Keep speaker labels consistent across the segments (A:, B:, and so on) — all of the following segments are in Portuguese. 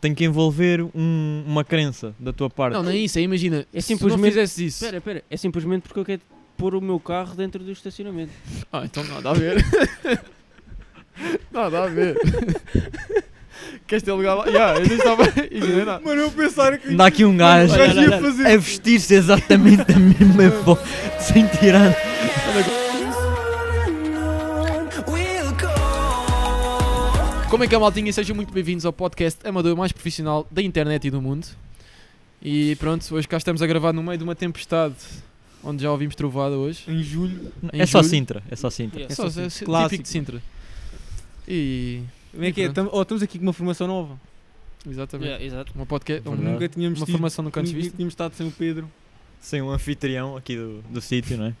A: tem que envolver um- uma crença da tua parte.
B: Não, não é isso, é imagina.
C: É
B: Se não
C: simplesmente-
B: fizesse isso.
C: Espera, espera. É simplesmente porque eu quero pôr o meu carro dentro do estacionamento.
B: Ah, então nada a ver. nada a ver. Queres ter lugar lá? Yeah, eu nem estava. Imagina, nada.
D: Mano, eu pensar que.
A: Dá aqui um gajo
D: Já
C: Olha, olha,
D: ia
C: olha.
D: fazer.
A: a vestir-se exatamente da mesma forma, sem tirar.
B: Como é que é, maltinha? Sejam muito bem-vindos ao podcast amador mais profissional da internet e do mundo. E pronto, hoje cá estamos a gravar no meio de uma tempestade, onde já ouvimos trovada hoje.
D: Em julho.
B: Em
A: é só
B: julho.
A: Sintra, é só Sintra.
B: É
C: Yeah.
B: só
D: só
B: é
D: assim,
B: típico
D: clássico.
B: de Sintra. E.
D: Como é que é?
B: pronto.
D: Tam- oh, estamos aqui com uma formação nova.
B: Exatamente.
C: Yeah, exato.
B: Uma podcast. um-
A: Verdade.
D: Nunca tínhamos
B: uma
D: tido.
B: formação no canto de
D: Nunca
B: vista.
D: tínhamos estado sem o Pedro.
A: Sem um anfitrião aqui do, do sítio, não é?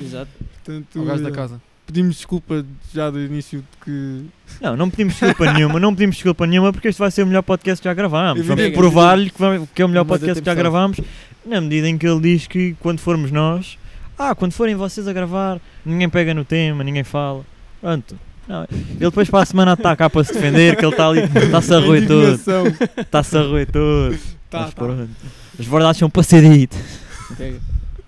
C: Exato.
D: Portanto,
B: O gajo da
D: eh,
B: casa.
D: Pedimos desculpa já do início de que.
A: Não, não pedimos desculpa nenhuma, não pedimos desculpa nenhuma porque este vai ser o melhor podcast que já gravámos. Vamos
D: Evidente.
A: provar-lhe que, vai- que é o melhor
B: Não vai ter
A: podcast que já
B: tempo,
A: gravámos, na medida em que ele diz que quando formos nós, ah, quando forem vocês a gravar, ninguém pega no tema, ninguém fala. Pronto. Não, ele depois para a semana está cá para se defender, que ele está ali, está-se a roer todo,
D: Indignação.
A: está-se a roer todo.
D: Tá,
A: Mas
D: tá.
A: pronto. As verdades são para ser ditas.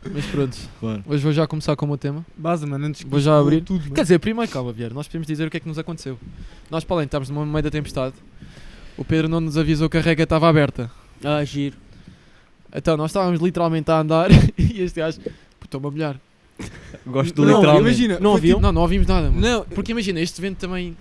B: Mas pronto,
A: Bora.
B: hoje vou já começar com o meu tema.
D: Baza, mano, antes que
B: Vou já abrir.
D: tudo, mano.
B: Quer dizer, primeiro, calma, Vieira, nós podemos dizer o que é que nos aconteceu. Nós, para além, estávamos no meio da tempestade. O Pedro não nos avisou que a rega estava aberta.
C: Ah, giro.
B: Então, nós estávamos literalmente a andar e este gajo, "Pô, estou-me a molhar.
A: Gosto do
D: Não,
A: literalmente.
D: imagina.
B: Não
D: foi
B: ouviam?
D: tipo-
B: Não, não ouvimos nada, mano.
D: Não,
B: Porque imagina, este vento também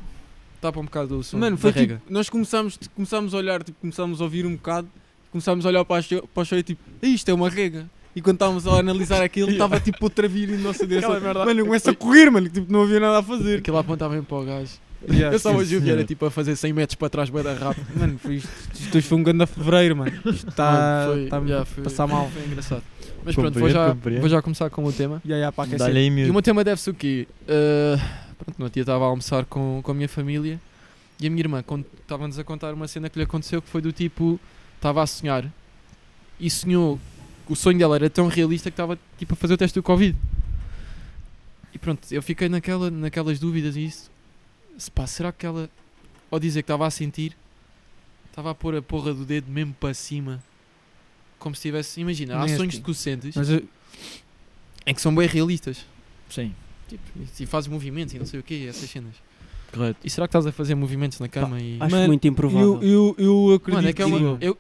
B: tapa um bocado o som
D: Mano,
B: da
D: foi
B: rega.
D: tipo, nós começámos, começámos a olhar, tipo, começámos a ouvir um bocado, começámos a olhar para, a cho- para o chão e tipo, "Ei, isto é uma rega. E quando estávamos a analisar aquilo, estava tipo outra vir em nossa direção.
B: Aquela merda.
D: Mano, começa a correr, mano, que tipo, não havia nada a fazer.
B: Aquilo apontava mesmo para o gajo.
D: Yeah,
B: Eu só
D: sim,
B: hoje o
A: senhora.
B: Vieira, tipo, a fazer 100 metros para trás, bem da rápido.
D: sim. Mano, foi isto, isto hoje foi um grande a fevereiro, mano. Isto está
B: Mano, foi-
D: tá
B: já, foi-
D: passar mal.
B: Foi engraçado. Mas pronto, vou
A: Compreendo,
B: já,
A: compreendo.
B: vou já começar com o tema.
D: Ya, ya, para aquecer.
A: Dá-lhe aí
B: E o
A: miúdo.
B: meu tema deve-se o quê? Uh, pronto, no outro dia estava a almoçar com, com a minha família e a minha irmã cont- estava-nos a contar uma cena que lhe aconteceu que foi do tipo, estava a sonhar e sonhou, o sonho dela era tão realista que estava tipo a fazer o teste do Covid. E pronto, eu fiquei naquela, naquelas dúvidas e isso. Se pá, será que ela, ao dizer que estava a sentir, estava a pôr a porra do dedo mesmo para cima? Como se tivesse, imagina, há
D: Nasty.
B: sonhos que tu sentes
D: Mas, eu-
B: em que são bem realistas.
A: Sim,
B: E- E fazes movimentos e não sei o quê, essas cenas.
A: correto.
B: E será que estás a fazer movimentos na cama e.
C: Acho
D: Mano,
C: muito improvável.
D: eu, eu, eu acredito
B: Mano, é que é
D: que
B: uma.
D: sim.
B: Eu,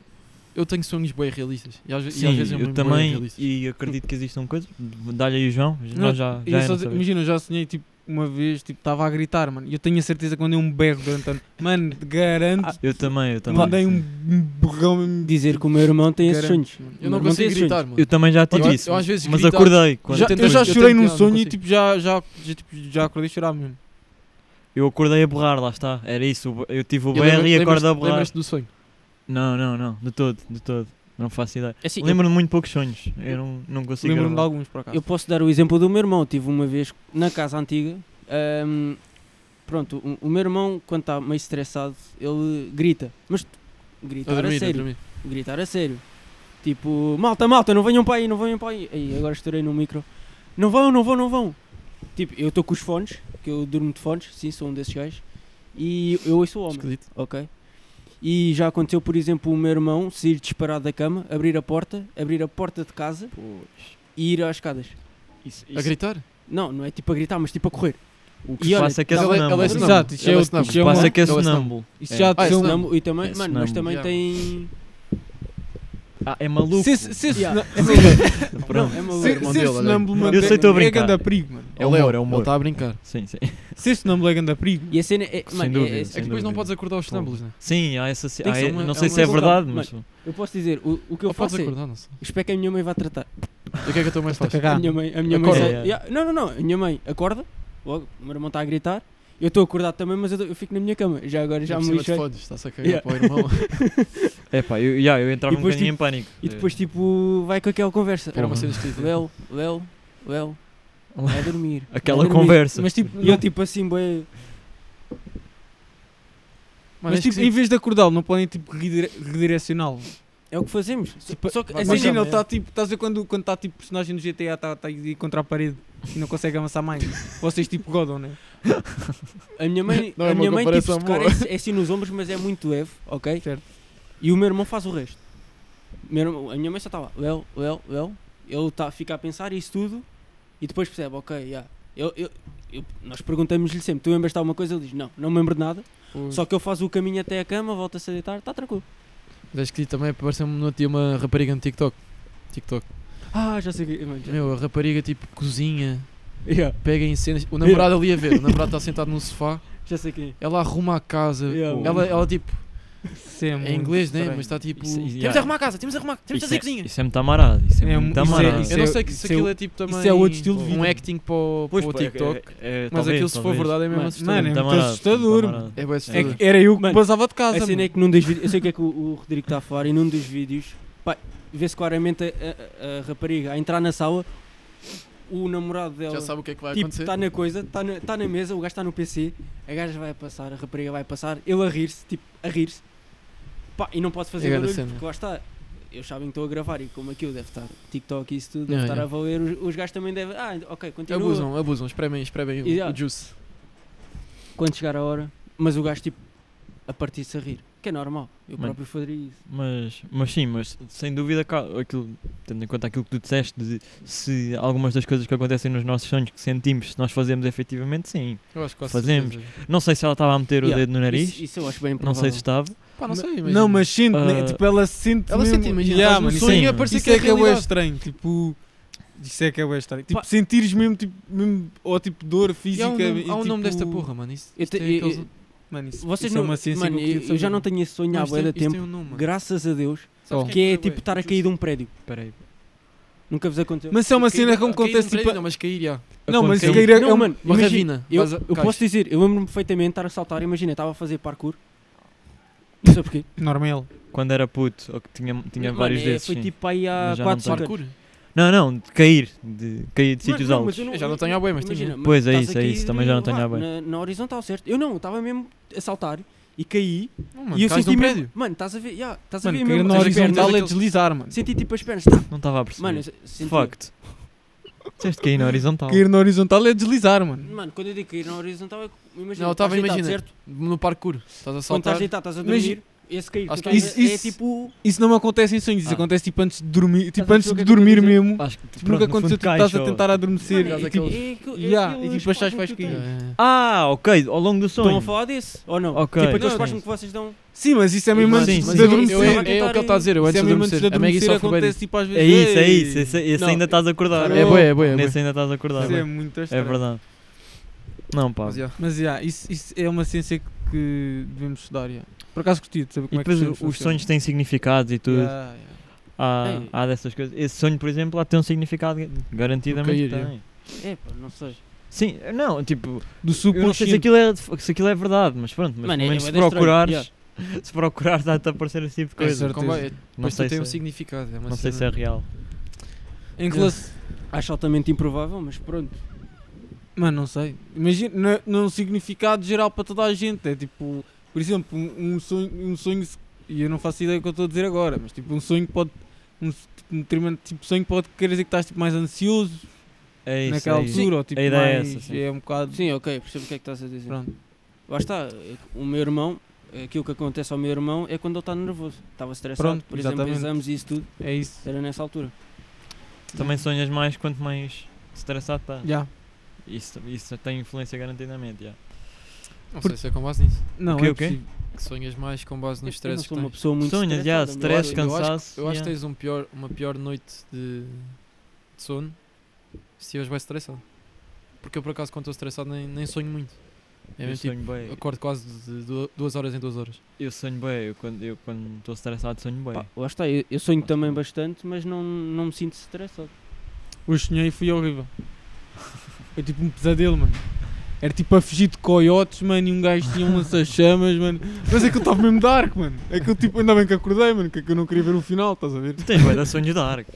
B: eu tenho sonhos bem realistas. E às, ve- e
A: Sim,
B: às vezes é
A: eu
B: muito
A: também,
B: Realista.
A: e acredito que existam coisas. Dá-lhe aí o João,
D: Não,
A: nós já, é
D: E
A: já
D: eu só-
A: não sabemos.
D: imagina, eu já sonhei tipo uma vez, tipo, estava a gritar, mano. E eu tenho a certeza que mandei um berro durante a noite. Mano, garanto,
A: Eu também, eu Ah, também.
D: mandei um um berrão mesmo.
C: Dizer que o meu irmão tem esses
D: Garanto.
C: sonhos.
B: Eu
C: O meu
B: não
C: irmão tem
B: consigo
C: esses
B: gritar,
C: sonhos.
B: mano.
A: Eu também já tive
B: eu,
A: isso,
B: eu às vezes
A: mas
B: grito-
A: acordei. Quando
D: Já-
B: tento-
D: eu já
B: eu
D: chorei
B: tento,
D: num
B: não
D: sonho e
B: consigo.
D: tipo, já, já, já, tipo, já acordei a chorar mesmo.
A: Eu acordei a borrar, lá está. Era isso, o- eu tive o
B: Eu
A: BR e
B: lembro-
A: acordo a
B: lembras-
A: borrar.
B: Lembras-te do sonho?
A: Não, não, não, de todo, de todo. Não faço ideia.
C: É assim, eu-
A: Lembro-me muito poucos sonhos. Eu não, não consigo.
D: Lembro-me de
A: gravar.
D: alguns, por acaso.
C: Eu posso dar o exemplo do meu irmão. Tive uma vez na casa antiga. ahm, pronto, o, o meu irmão, quando está meio estressado, ele grita. Mas t- gritar
B: A
C: Então, a,
B: dormir, a
C: sério.
B: dormir.
C: gritar a sério. Tipo, malta, malta, não venham para aí, não venham para aí. Aí, agora estourei no micro. Não vão, não vão, não vão. Tipo, eu estou com os fones, que eu durmo de fones, sim, sou um desses gajos. E eu ouço o homem.
B: Esquisito.
C: Ok. E já aconteceu, por exemplo, o meu irmão sair disparado da cama, abrir a porta, abrir a porta de casa
A: Pois.
C: e ir às escadas.
A: Isso,
B: A gritar?
C: Não, não é tipo a gritar, mas tipo a correr.
A: O
C: E
A: que se
C: olha,
A: passa é que é
B: ela-
A: sonâmbulo.
B: ela é
A: O
D: Exato, isto é,
B: Ele é
D: outro- isto
A: que
D: é
B: sonâmbulo.
D: uma-
A: passa é que é
B: Ela é
A: sonâmbulo.
D: isto já
B: Ah,
D: te
B: isso
D: são-
B: não-
C: Sonâmbulo, um e também,
A: É
C: mano, mas também
B: sonâmbulo.
C: tem.
A: Ah, é maluco.
D: Se esse- se esse
C: Yeah.
D: sona- é maluco.
A: Pronto.
C: Não, é maluco.
D: Se-
B: irmão
D: se
B: dele,
D: esse
B: olha.
D: sonâmbulo, mano,
A: Eu sei, estou a
D: é
A: brincar.
D: grande perigo, mano.
A: É
B: o
A: humor, é humor.
B: Ele está a brincar.
A: Sim, sim.
D: Se esse sonâmbulo é grande perigo,
C: E a cena é.
A: Sem
C: mano, é-
A: dúvida, sem
B: É
C: é-
B: que depois não
A: dúvida.
B: podes acordar os sonâmbulos, né?
A: Sim, há essa. se-
B: Tem que
A: há-
B: ser uma-
A: não
B: é
A: sei
B: uma
A: se é
B: ilusão.
A: verdade,
C: Mas-
A: mas.
C: eu posso dizer, o, o que eu
B: Ou podes
C: faço é.
B: acordar, não sei.
C: Espero que a minha mãe vá tratar.
B: E o que é que a tua mãe
D: está
B: faz?
C: A
D: cagado.
C: minha mãe, a minha mãe
B: Acorda.
C: sai- Yeah, Não, não, não. A minha mãe acorda, logo, o meu irmão está a gritar. Eu estou acordado também, mas eu, tô- eu fico na minha cama. Já agora já
B: Por
C: me
B: cima te
C: lixei.
B: fodes, Está-se a cagar
C: Yeah.
B: para o irmão.
A: É pá, eu, yeah, eu entrava
C: E
A: um
C: depois,
A: bocadinho em pânico.
C: E depois, tipo, vai com aquela conversa. Uhum.
B: Era uma
A: Porra.
B: cena esquisita.
C: Léo, Léo, Léo, vai dormir. vai
A: Aquela
C: dormir.
A: conversa.
C: Mas tipo, e eu tipo assim, bem.
B: Mano, é
D: Mas tipo, em
B: esquisito.
D: vez de acordá-lo, não podem tipo redire- redirecioná-lo.
C: É o que fazemos. Só- Só que
B: vai-
C: assim,
D: Imagina,
B: chama,
D: ele
B: é.
D: está tipo, estás a ver quando quando está tipo personagem do GTA, está tá, a ir contra a parede e não consegue avançar mais. Vocês tipo Godon, né?
C: a minha mãe,
B: Não é
C: a
B: uma
C: minha mãe tipo,
B: comparação
C: se tocar
B: boa.
C: é, é assim nos ombros, mas é muito leve, ok?
D: Certo.
C: E o meu irmão faz o resto. Meu irmão- a minha mãe só está lá, well, well, well. Ele tá, fica a pensar isso tudo e depois percebe, ok, yeah. Eu- eu- eu- nós perguntamos-lhe sempre, tu lembras-te de alguma coisa? Ele diz, não, não me lembro de nada.
B: Só
C: Só que eu faço o caminho até a cama, volta-se a deitar, está tranquilo.
B: que acho que também apareceu-me no outro dia uma rapariga no TikTok. TikTok.
C: Ah, já sei o que. mano, já-
B: Meu, a rapariga tipo cozinha,
C: Yeah,
B: pega em cenas. O namorado ali a ver, o namorado está sentado no sofá,
C: já sei quem. é.
B: ela arruma a casa.
C: Yeah,
B: Ela,
C: mano.
B: ela tipo,
D: Isso é
B: é
D: muito
B: em inglês, né?
D: estranho.
B: Mas está tipo.
E: Isso-
B: temos de
E: yeah.
B: arrumar a casa, temos de arrumar, temos de
A: Isso
B: fazer a cozinha.
A: é, isso é muito amarado. Isso é,
D: É um-
A: muito
D: isso é-
A: amarado.
D: isso
B: Eu não sei que se
D: isso é
B: aquilo
D: o-
B: é tipo também.
D: isso é outro estilo de
B: Um
D: vida.
B: acting para o, para
A: Pois,
B: o
A: pô, é-
B: TikTok.
A: é- é-
B: mas aquilo, se for
A: talvez,
B: verdade, é mesmo
C: Mano,
B: assustador.
D: Mano, é
A: Muito
D: muito
A: amarado,
D: assustador.
A: muito amarado.
B: É bem
D: É
B: assustador.
D: que era eu que
C: Mano,
D: passava de casa.
C: A cena é que num dos vídeos, eu sei o que é que o, o Rodrigo está a falar, e num dos vídeos, pá, vê-se claramente a, a- a rapariga a entrar na sala, o namorado dela
B: Já sabe o que é que vai
C: tipo,
B: acontecer.
C: está na coisa, está na, tá na mesa, o gajo está no PC, a gaja vai passar, a rapariga vai passar, ele a rir-se, tipo, a rir-se, pá, e não pode
B: É
C: fazer
B: grande
C: barulho,
B: cena.
C: porque lá está. Eles sabem que estou a gravar e como aquilo deve estar, TikTok e isso tudo, deve
B: Yeah,
C: estar
B: yeah.
C: a valer, os, os gajos também devem, ah, ok, continua,
B: é. Abusam, abusam, espremem, espremem o-
C: Yeah.
B: o juice.
C: quando chegar a hora, mas o gajo, tipo, a partir-se a rir, que é normal, eu
A: Mano.
C: próprio faria isso.
A: Mas, mas sim, mas sem dúvida, cá- aquilo, tendo em conta aquilo que tu disseste, de se algumas das coisas que acontecem nos nossos sonhos que sentimos, se nós fazemos efetivamente, sim.
B: Eu acho que quase
A: Fazemos.
B: certeza.
A: Não sei se ela estava a meter o
C: Yeah,
A: dedo no nariz,
C: Isso, isso eu acho bem
A: não sei se
C: provável.
A: estava.
B: Pá, não sei, imagina.
D: Não, mas sente, né?
A: Ah.
D: Tipo, ela sente.
B: Ela
D: mesmo...
B: sente, imagina,
D: Yeah,
B: estás num
D: mano,
A: isso
B: sonho e
A: é-
B: aparecer
D: isso é que é bué
B: realidade.
D: estranho. Tipo. Isso é que é bué estranho. Tipo,
C: Pá.
D: sentires mesmo, tipo, mesmo, ou tipo dor
B: E
D: física.
B: há um nome,
D: e,
B: há um nome
D: tipo,
B: desta porra, mano. Isso,
C: Eu
B: isto é
C: te- eu-
B: aqueles-
C: eu-
D: Mano, isso,
C: Vocês
D: isso
C: não,
D: é uma ciência
C: mano,
D: que
C: eu,
D: eu, queria
C: eu já
D: saber.
C: não tenho esse sonho
B: Não,
C: há
B: isto tem-
C: bué de
B: isto
C: tempo,
B: tem um nome, mano.
C: graças a Deus,
B: Sabes quem
C: que é
B: que foi?
C: tipo estar a cair de um prédio.
D: Peraí.
C: Nunca vos aconteceu?
D: Mas isso é uma
B: Cair-
D: cena que
B: cair
D: me acontece
B: num prédio,
D: tipo.
B: Não, mas cair, já.
D: Não, mas
B: Aconteceu.
D: cair é
C: Não,
D: é um-
C: mano,
B: Uma
C: imagina-
B: ravina.
C: Eu,
B: Vas a-
C: eu
B: cais.
C: posso dizer, eu lembro-me perfeitamente de estar a saltar, imagina, estava a fazer parkour. Não sei porquê.
D: Normal.
A: Quando era puto, ou que tinha, tinha
C: Mano,
A: vários
C: é,
A: desses.
C: Foi
A: sim.
C: tipo aí há
A: Mas já não
C: 4
A: tenho.
C: anos.
B: Parkour.
A: Não, não, de cair, de cair de sítios altos.
B: Eu já não tenho há bué, mas tinha.
A: Pois, é isso, é isso, também já não tenho há bué.
C: Na, na horizontal, certo? Eu não, estava mesmo a saltar e caí.
B: Não, mano,
C: e eu
B: cais
C: senti
B: num
C: mesmo-
B: prédio.
C: Mano, estás a ver, yeah, estás a
D: Mano,
C: ver
D: cair
C: mesmo.
D: na
B: Tens aquele- tens
D: horizontal é
B: aquele-
D: deslizar, mano.
C: Senti tipo as pernas. tá.
A: Não estava a perceber.
C: Mano,
A: Mano,
C: eu senti.
A: Fucked. Disseste é cair na horizontal.
D: Cair na horizontal é deslizar, mano.
C: Mano, quando eu digo cair na horizontal, eu imagino.
B: Não, eu
C: estás
B: estava,
C: deitado,
B: imagina,
C: certo?
B: no parkour. Estás a
C: Quando estás
B: saltar.
C: deitado, estás a
B: Mas-
C: dormir, esse cair. tu
B: Acho que
C: estás a-
D: isso- isso-
C: É tipo.
D: Isso não me acontece em sonhos, isso
A: Ah.
D: acontece tipo antes de dormir, tipo
C: a
D: antes
C: perceber o
D: de
C: que é que eu
D: dormir
C: estou a dizer?
D: mesmo.
A: Acho que
D: Tipo, nunca aconteceu, tipo, estás a tentar adormecer.
C: Mano,
D: e,
C: é
D: tipo,
C: é aquilo- é
D: yeah, e,
C: aqueles
D: tipo, achas
C: passos
D: que vais
C: tu tens.
D: cair.
B: É.
A: Ah, ok, ao longo do
C: Estão
A: sonho.
C: a falar desse? Ou não?
A: Ok.
C: Tipo aqueles
D: Não,
C: passos que vocês dão.
D: Sim, mas isso é
A: Sim,
D: mesmo
A: mas
D: antes
A: sim,
D: de
A: sim.
B: Eu,
D: adormecer.
B: é, é o que ele está a dizer, eu
D: Isso
B: antes
D: é
B: de
D: mesmo antes de
B: adormecer. A Maggie
D: adormecer
B: sofre bem
D: acontece
B: disso.
D: tipo às vezes.
A: É isso, é
D: "Ei".
A: isso. Esse, esse
D: Não,
A: ainda estás acordado.
D: Caralho.
B: É boa, é boa, é
A: Nesse
B: boa.
A: ainda estás acordado.
D: Isso é muito
A: É
D: estranho.
A: verdade. Não, pá.
B: Mas, já.
D: Mas yeah, isso, isso é uma ciência que devemos estudar. yeah. Por acaso curti de saber
A: E
D: como é que
A: depois os sonhos têm significados e tudo.
D: Yeah, yeah.
A: Há,
C: Ei.
A: há dessas coisas. Esse sonho, por exemplo, há de ter um significado garantidamente.
B: Nunca iria.
A: tem.
C: É, pá, não sei.
A: Sim, não, tipo, eu
D: Do
A: não sei se
D: subconsciente.
A: aquilo é, de f- se aquilo é verdade, mas pronto, mas
C: Mano,
A: pelo
C: é-
A: menos
C: é
A: se
C: bué estranho,
A: procurares, se procurares dá-te a aparecer esse tipo de
B: É,
A: coisa.
D: certo.
B: como vai-
A: não
B: Mas tu
A: sei,
B: tem um
A: se,
B: significado. é uma
A: não sei se é
B: cena-
A: real.
D: Em relação.
C: Acho altamente improvável, mas pronto.
D: Mano, não sei. Imagina, não, não significado geral para toda a gente. É tipo, por exemplo, um, um sonho, um sonho, se- e eu não faço ideia do que eu estou a dizer agora, mas tipo, um sonho pode. Um, s- tipo, um determinado tipo de sonho pode querer dizer que estás tipo, mais ansioso
A: É isso.
D: naquela
A: é isso.
D: altura, ou tipo,
A: A ideia é
D: mais.
A: essa, sim.
D: é um bocado.
C: Sim, ok, percebo o que é que estás a dizer.
D: Pronto.
C: Lá está, é o meu irmão, é aquilo que acontece ao meu irmão é quando ele está nervoso. Estava estressado,
D: Pronto,
C: por exemplo,
D: exatamente.
C: exames e isso tudo,
D: É isso.
C: era nessa altura.
A: Também sonhas mais quanto mais estressado estás.
D: Já.
A: Isso, isso tem influência garantidamente. já.
B: Não sei se é com base nisso.
D: Não,
A: O quê,
D: é
A: o quê?
D: possível.
B: Que sonhas mais com base no
C: eu não
B: stress que
C: sou uma
B: tens.
C: pessoa muito
A: Sonhas, já,
C: estressada, é? meu
A: stress,
C: Deus.
B: Eu acho-
A: cansaço.
B: Eu acho que
A: yeah.
B: tens um pior, uma pior noite de, de sono se estiveres bem estressado. Porque eu, por acaso, quando estou estressado, nem, nem sonho muito. É
A: Eu
B: mesmo tipo,
A: sonho bué.
B: acordo quase de, de du- duas horas em duas horas.
A: Eu sonho bem, eu quando estou quando estou estressado sonho bem.
C: Pá, lá está, eu, eu sonho também bastante, mas não, não me sinto estressado.
D: Hoje sonhei e fui horrível. Foi tipo um pesadelo, mano. Era tipo a fugir de coiotes, mano, e um gajo tinha um lança-chamas, mano. Mas é aquilo estava mesmo dark, mano. Aquilo tipo, ainda bem que acordei, mano, que é que eu não queria ver o final, estás a ver?
A: Tu tens bem da sonho de arco.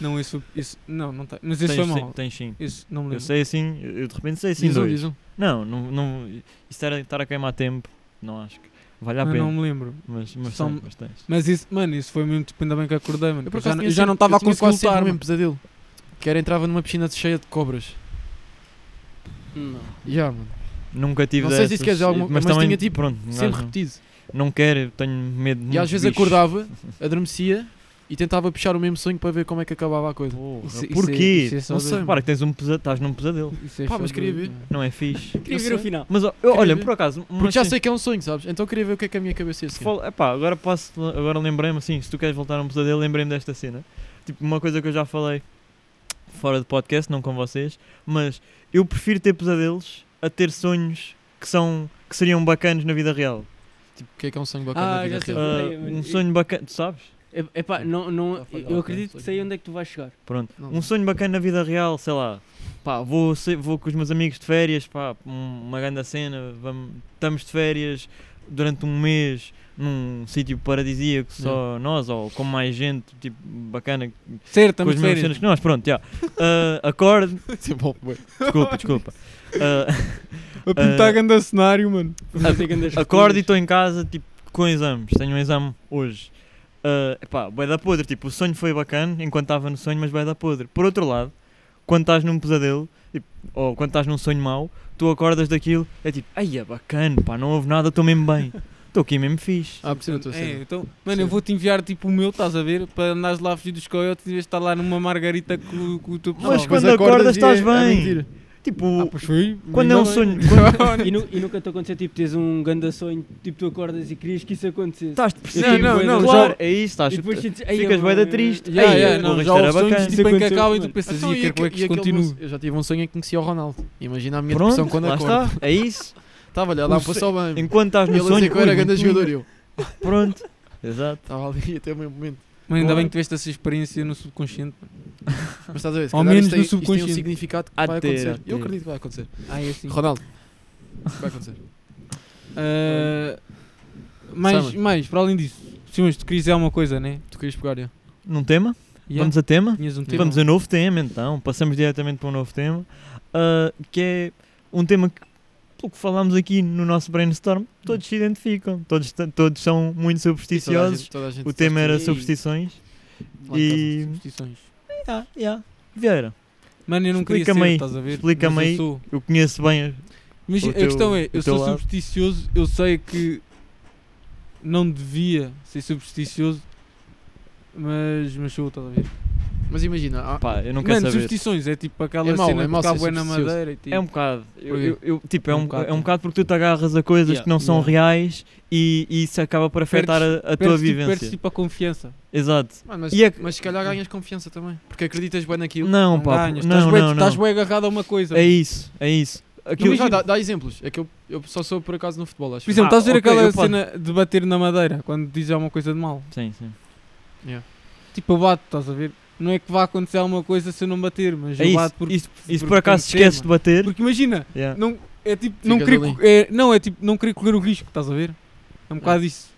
D: Não, esse foi. Esse, não, não tem. Mas esse
A: Tens,
D: foi
A: sim-
D: mal.
A: tens sim.
D: Esse não me
A: Eu
D: lembro.
A: sei assim, eu de repente sei assim
B: Diz um,
A: dois.
B: diz um.
A: Não, não, não, isso era estar a queimar tempo, não acho que vale
B: Ah,
A: a
D: Eu
A: pena.
D: não me lembro.
A: Mas, mas,
D: São-
A: tens, mas tens.
D: Mas esse, mano, esse foi mesmo tipo, ainda bem que acordei, mano.
B: Eu,
D: Eu,
B: por
D: já,
B: acaso,
D: não-
B: tinha
D: eu já
B: sempre-
D: não estava a
B: tinha quase
D: conseguir
B: sempre
D: lutar,
B: o
D: mano.
B: mesmo pesadelo. Que era entrava numa piscina cheia de cobras.
C: Não.
B: Yeah, mano.
A: Nunca tive
B: Não sei se isso
A: dessas,
B: quer dizer alguma-
A: mas
B: mas
A: também,
B: tinha, tipo,
A: pronto, um
B: Sempre
A: gajo não-
B: repetido.
A: não quero, tenho medo muito
B: E às
A: de
B: vezes
A: bicho.
B: acordava, adormecia e tentava puxar o mesmo sonho para ver como é que acabava a coisa.
A: Porra,
D: Isso- isso é-
A: porquê?
D: isso é só
B: Não
D: de-
B: sei,
A: Repara que tens um pesa- estás num pesadelo,
D: isso é
B: Pá,
D: só
B: mas
D: de-
B: queria ver.
A: não é fixe.
C: Queria
B: Eu
C: ver o
B: sei.
C: final.
A: Mas ó, eu,
B: Queria
A: olha,
B: ver.
A: por acaso, uma
B: Porque já
A: cena-
B: sei que é um sonho, sabes? Então queria ver o que é que a minha cabeça ia
A: Se
B: seguir.
A: fal- epá, agora posso, agora lembrei-me assim, se tu queres voltar a um pesadelo, lembrei-me desta cena. Tipo, uma coisa que eu já falei fora de podcast, não com vocês, mas eu prefiro ter pesadelos a ter sonhos que são que seriam bacanos na vida real.
B: Tipo, o que é que é um sonho bacana
C: Ah,
B: na vida
C: já sei.
B: real?
A: Ah,
C: falei, mas-
A: um sonho bacana, tu sabes?
C: É, epá, não, não,
B: Só falhar, ok,
C: eu acredito
B: só
C: que sei
B: que-
C: onde é que tu vais chegar.
A: Pronto.
B: Não.
A: Um sonho bacana na vida real, sei lá. Pá, vou, ser- vou com os meus amigos de férias, pá, um- uma grande cena, vamos, estamos de férias durante um mês num sítio paradisíaco só nós ou com mais gente, tipo, bacana,
D: Certo,
A: com
D: estamos
A: as mesmas
D: de férias.
A: cenas que nós, pronto, já. Ah, acorde,
B: Isso é bom, bué.
A: desculpa, desculpa. Ah,
D: A pintar grande cenário, mano.
A: acorde e estou em casa, tipo, com exames, tenho um exame hoje. Ah, epá, bué da podre, tipo, o sonho foi bacana enquanto estava no sonho, mas bué da podre. Por outro lado, quando estás num pesadelo, tipo, ou quando estás num sonho mau, tu acordas daquilo, é tipo, ai é bacana, pá, não houve nada, estou mesmo bem, estou aqui mesmo fixe.
B: Ah, percebo a tua
D: É,
B: cena.
D: então, mano, eu
B: Sim.
D: vou-te enviar tipo o meu, estás a ver? Para andares lá a fugir dos coiotes e estar lá numa margarita com, com o teu
A: Mas
D: pessoal.
A: quando acordas,
B: e
A: estás
B: é-
A: bem.
B: É mentira.
A: Tipo,
D: Ah, pois foi.
A: quando
D: ainda
A: é um
D: bem.
A: sonho,
C: E, nu- e nunca te aconteceu, tipo, teres um grande sonho, tipo, tu acordas e querias que isso acontecesse.
A: estás depressivo,
D: não, não,
A: claro,
D: já-
A: é isso, estás,
C: E depois sentes, "Ei,
A: Tá, ficas
C: mano,
A: bué da
C: eu-
A: triste,
D: Já,
A: ai,
D: já,
A: não,
D: não, já
A: isto era
D: houve sonhos
A: bacana.
D: tipo em que
C: Aconteceu,
D: acaba e tu
C: mano.
D: pensas,
B: Então,
D: e
B: e
D: quero
B: aque-
D: é
B: e
D: que isto
B: aquele
D: continue.
B: moço- Eu já tive um sonho em que conhecia o Ronaldo. Imagina a minha depressão
A: Pronto,
B: quando
A: lá
B: acordo.
A: está, é isso.
B: Estava ali, lá
A: O
B: passou bem.
A: Enquanto estás no
B: Ele
A: um sonho, um-
B: dizia que eu era
A: ui,
B: grande
A: muito
B: jogador e eu.
A: bom. Pronto, exato.
B: Estava ali até o meu momento.
D: Mas ainda
A: Claro.
D: bem que tiveste essa experiência no subconsciente.
B: Mas estás a ver? se
D: Ao
B: calhar
D: menos
B: isto tem, isto
D: no
B: tem um
D: subconsciente.
B: significado que
A: Há de
B: vai
A: ter, há
B: acontecer.
A: de
B: Eu
A: ter.
B: acredito que vai acontecer.
D: Ah, é assim.
B: Ronaldo. Vai acontecer.
D: Ah, mais,
B: Simon.
D: mais, para além disso, Simões, tu querias dizer alguma coisa, né?
B: Tu querias pegar, já.
A: Num tema?
D: Yeah.
A: Vamos a tema?
D: Tinhas um
B: Tema.
A: Vamos a novo tema então. Passamos diretamente para um novo tema. ah, que é um tema que, pelo que falámos aqui no nosso brainstorm, todos se identificam. Todos, t- todos são muito
B: Toda a
A: supersticiosos.
B: gente- toda a gente
A: O tema era
C: Ei.
A: superstições.
B: Lá em
A: E.
D: substituições.
A: Yeah, yeah. Vieira,
D: Mano, eu não queria
A: Explica-me
D: ser,
A: aí,
D: estás a ver?
A: explica-me
D: Mas eu
A: aí.
D: sou.
A: eu conheço bem.
D: Mas
A: O
D: a
A: teu-
D: questão é,
A: o
D: eu
A: teu
D: sou
A: lado.
D: supersticioso, eu sei que não devia ser supersticioso, mas, mas sou, estás a ver?
B: Mas imagina, ah, há-
A: Pá, eu não quero
D: Mano,
A: saber.
D: superstições, é tipo aquela
B: É mau,
D: cena
B: é mau
D: de cabo
B: ser
D: é na
B: supersticioso.
D: madeira e tipo...
A: É um bocado. Eu-
D: Porquê?
A: eu- eu- tipo, é
D: Um
A: um,
D: bocado,
A: é um
D: sim.
A: bocado porque tu te agarras a coisas
D: Yeah,
A: que não são
D: yeah.
A: reais e, e isso acaba por afetar a- a, tua
D: perdes, tipo-
A: vivência.
D: Perdes tipo a confiança.
A: Exato.
B: Mano, mas,
A: E é que-
B: mas se calhar ganhas confiança também. Porque acreditas bem naquilo.
A: Não,
D: Não
A: pá.
D: ganhas,
A: não,
D: estás bem-
A: não,
D: estás
A: não.
D: bem agarrado a uma coisa.
A: É isso, é isso. Aquilo,
B: Não, já dá, dá exemplos. É que eu, eu só sou por acaso no futebol, acho.
D: Por exemplo,
A: Ah,
D: estás a ver
A: ok,
D: aquela
A: eu posso.
D: cena de bater na madeira quando dizes alguma coisa de mal?
A: Sim, sim.
D: Tipo, eu bato, estás a ver? Não é que vá acontecer alguma coisa se eu não bater, mas
A: É
D: eu
A: isso.
D: bato porque.
A: isso, isso
D: porque
A: por acaso se
D: tem tema.
A: esqueces de bater. Ah.
D: Porque imagina,
A: yeah.
D: não, é tipo, não
B: Ficas
D: querer,
B: ali.
D: co- é, não, é tipo, não querer correr o risco, estás a ver? É um bocado isso.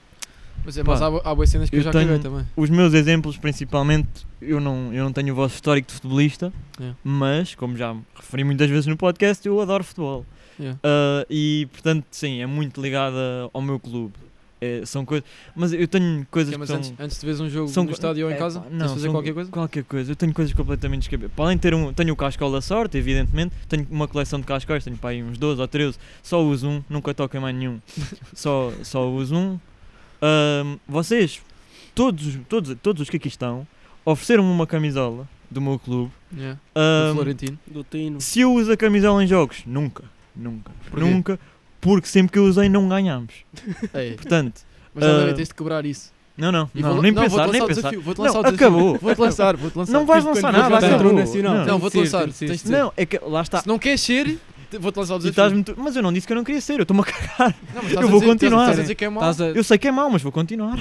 B: Mas, é, mas
A: Pá,
B: há, bo- há boas cenas que eu,
A: eu
B: já
A: tenho-
B: caguei também.
A: Os meus exemplos, principalmente, eu não, eu não tenho o vosso histórico de futebolista,
B: Yeah.
A: mas, como já me referi muitas vezes no podcast, eu adoro futebol.
B: Yeah.
A: Ah, e, portanto, sim, é muito ligada ao meu clube. É, são coisas. Mas eu tenho coisas
B: Ok, mas
A: que são.
B: antes, antes de veres um jogo
A: são
B: no
A: co-
B: estádio ou em
A: é,
B: casa,
A: pá,
B: tens de fazer
A: são
B: qualquer coisa?
A: Qualquer coisa. Eu tenho coisas completamente descabidas. Para além de ter um... Tenho o cascal da sorte, evidentemente. Tenho uma coleção de cascóis. Tenho para aí uns 12 ou 13. Só uso um. Nunca toco em mais nenhum. só, só uso um. Ahm, vocês, todos, os- todos, todos os que aqui estão, ofereceram-me uma camisola do meu clube.
B: Yeah.
A: Ahm,
B: O Florentino.
C: Do tino.
A: se eu uso a camisola em jogos, nunca. Nunca. Nunca. Porque sempre que eu usei não ganhámos.
B: Ei,
A: Portanto,
B: mas estás a ver,
A: Ah.
B: tens de quebrar isso.
A: não, não.
B: E
A: não,
B: vou-
A: nem
B: não,
A: pensar,
B: vou-te
A: nem
B: lançar o
A: pensar.
B: desafio, Vou-te
A: Não,
B: lançar o desafio.
A: acabou.
B: Vou-te lançar, vou-te lançar.
A: Não vais lançar nada,
D: jogar
A: acabou.
D: no Nacional.
A: Não,
B: Não,
D: tem
B: vou-te
D: de ser,
B: lançar.
D: tem de ser,
B: tens de ser.
A: não, é que lá está.
B: Se não queres ser, te- vou-te lançar o
A: E
B: desafio.
A: estás-me tu- Mas eu não disse que eu não queria ser, eu estou-me a cagar.
B: Não, mas estás
A: eu
B: a
A: vou
B: dizer- estás a- Estás
A: continuar.
B: a dizer que é mau.
D: Estás a.
A: Eu sei que é mau, mas vou continuar.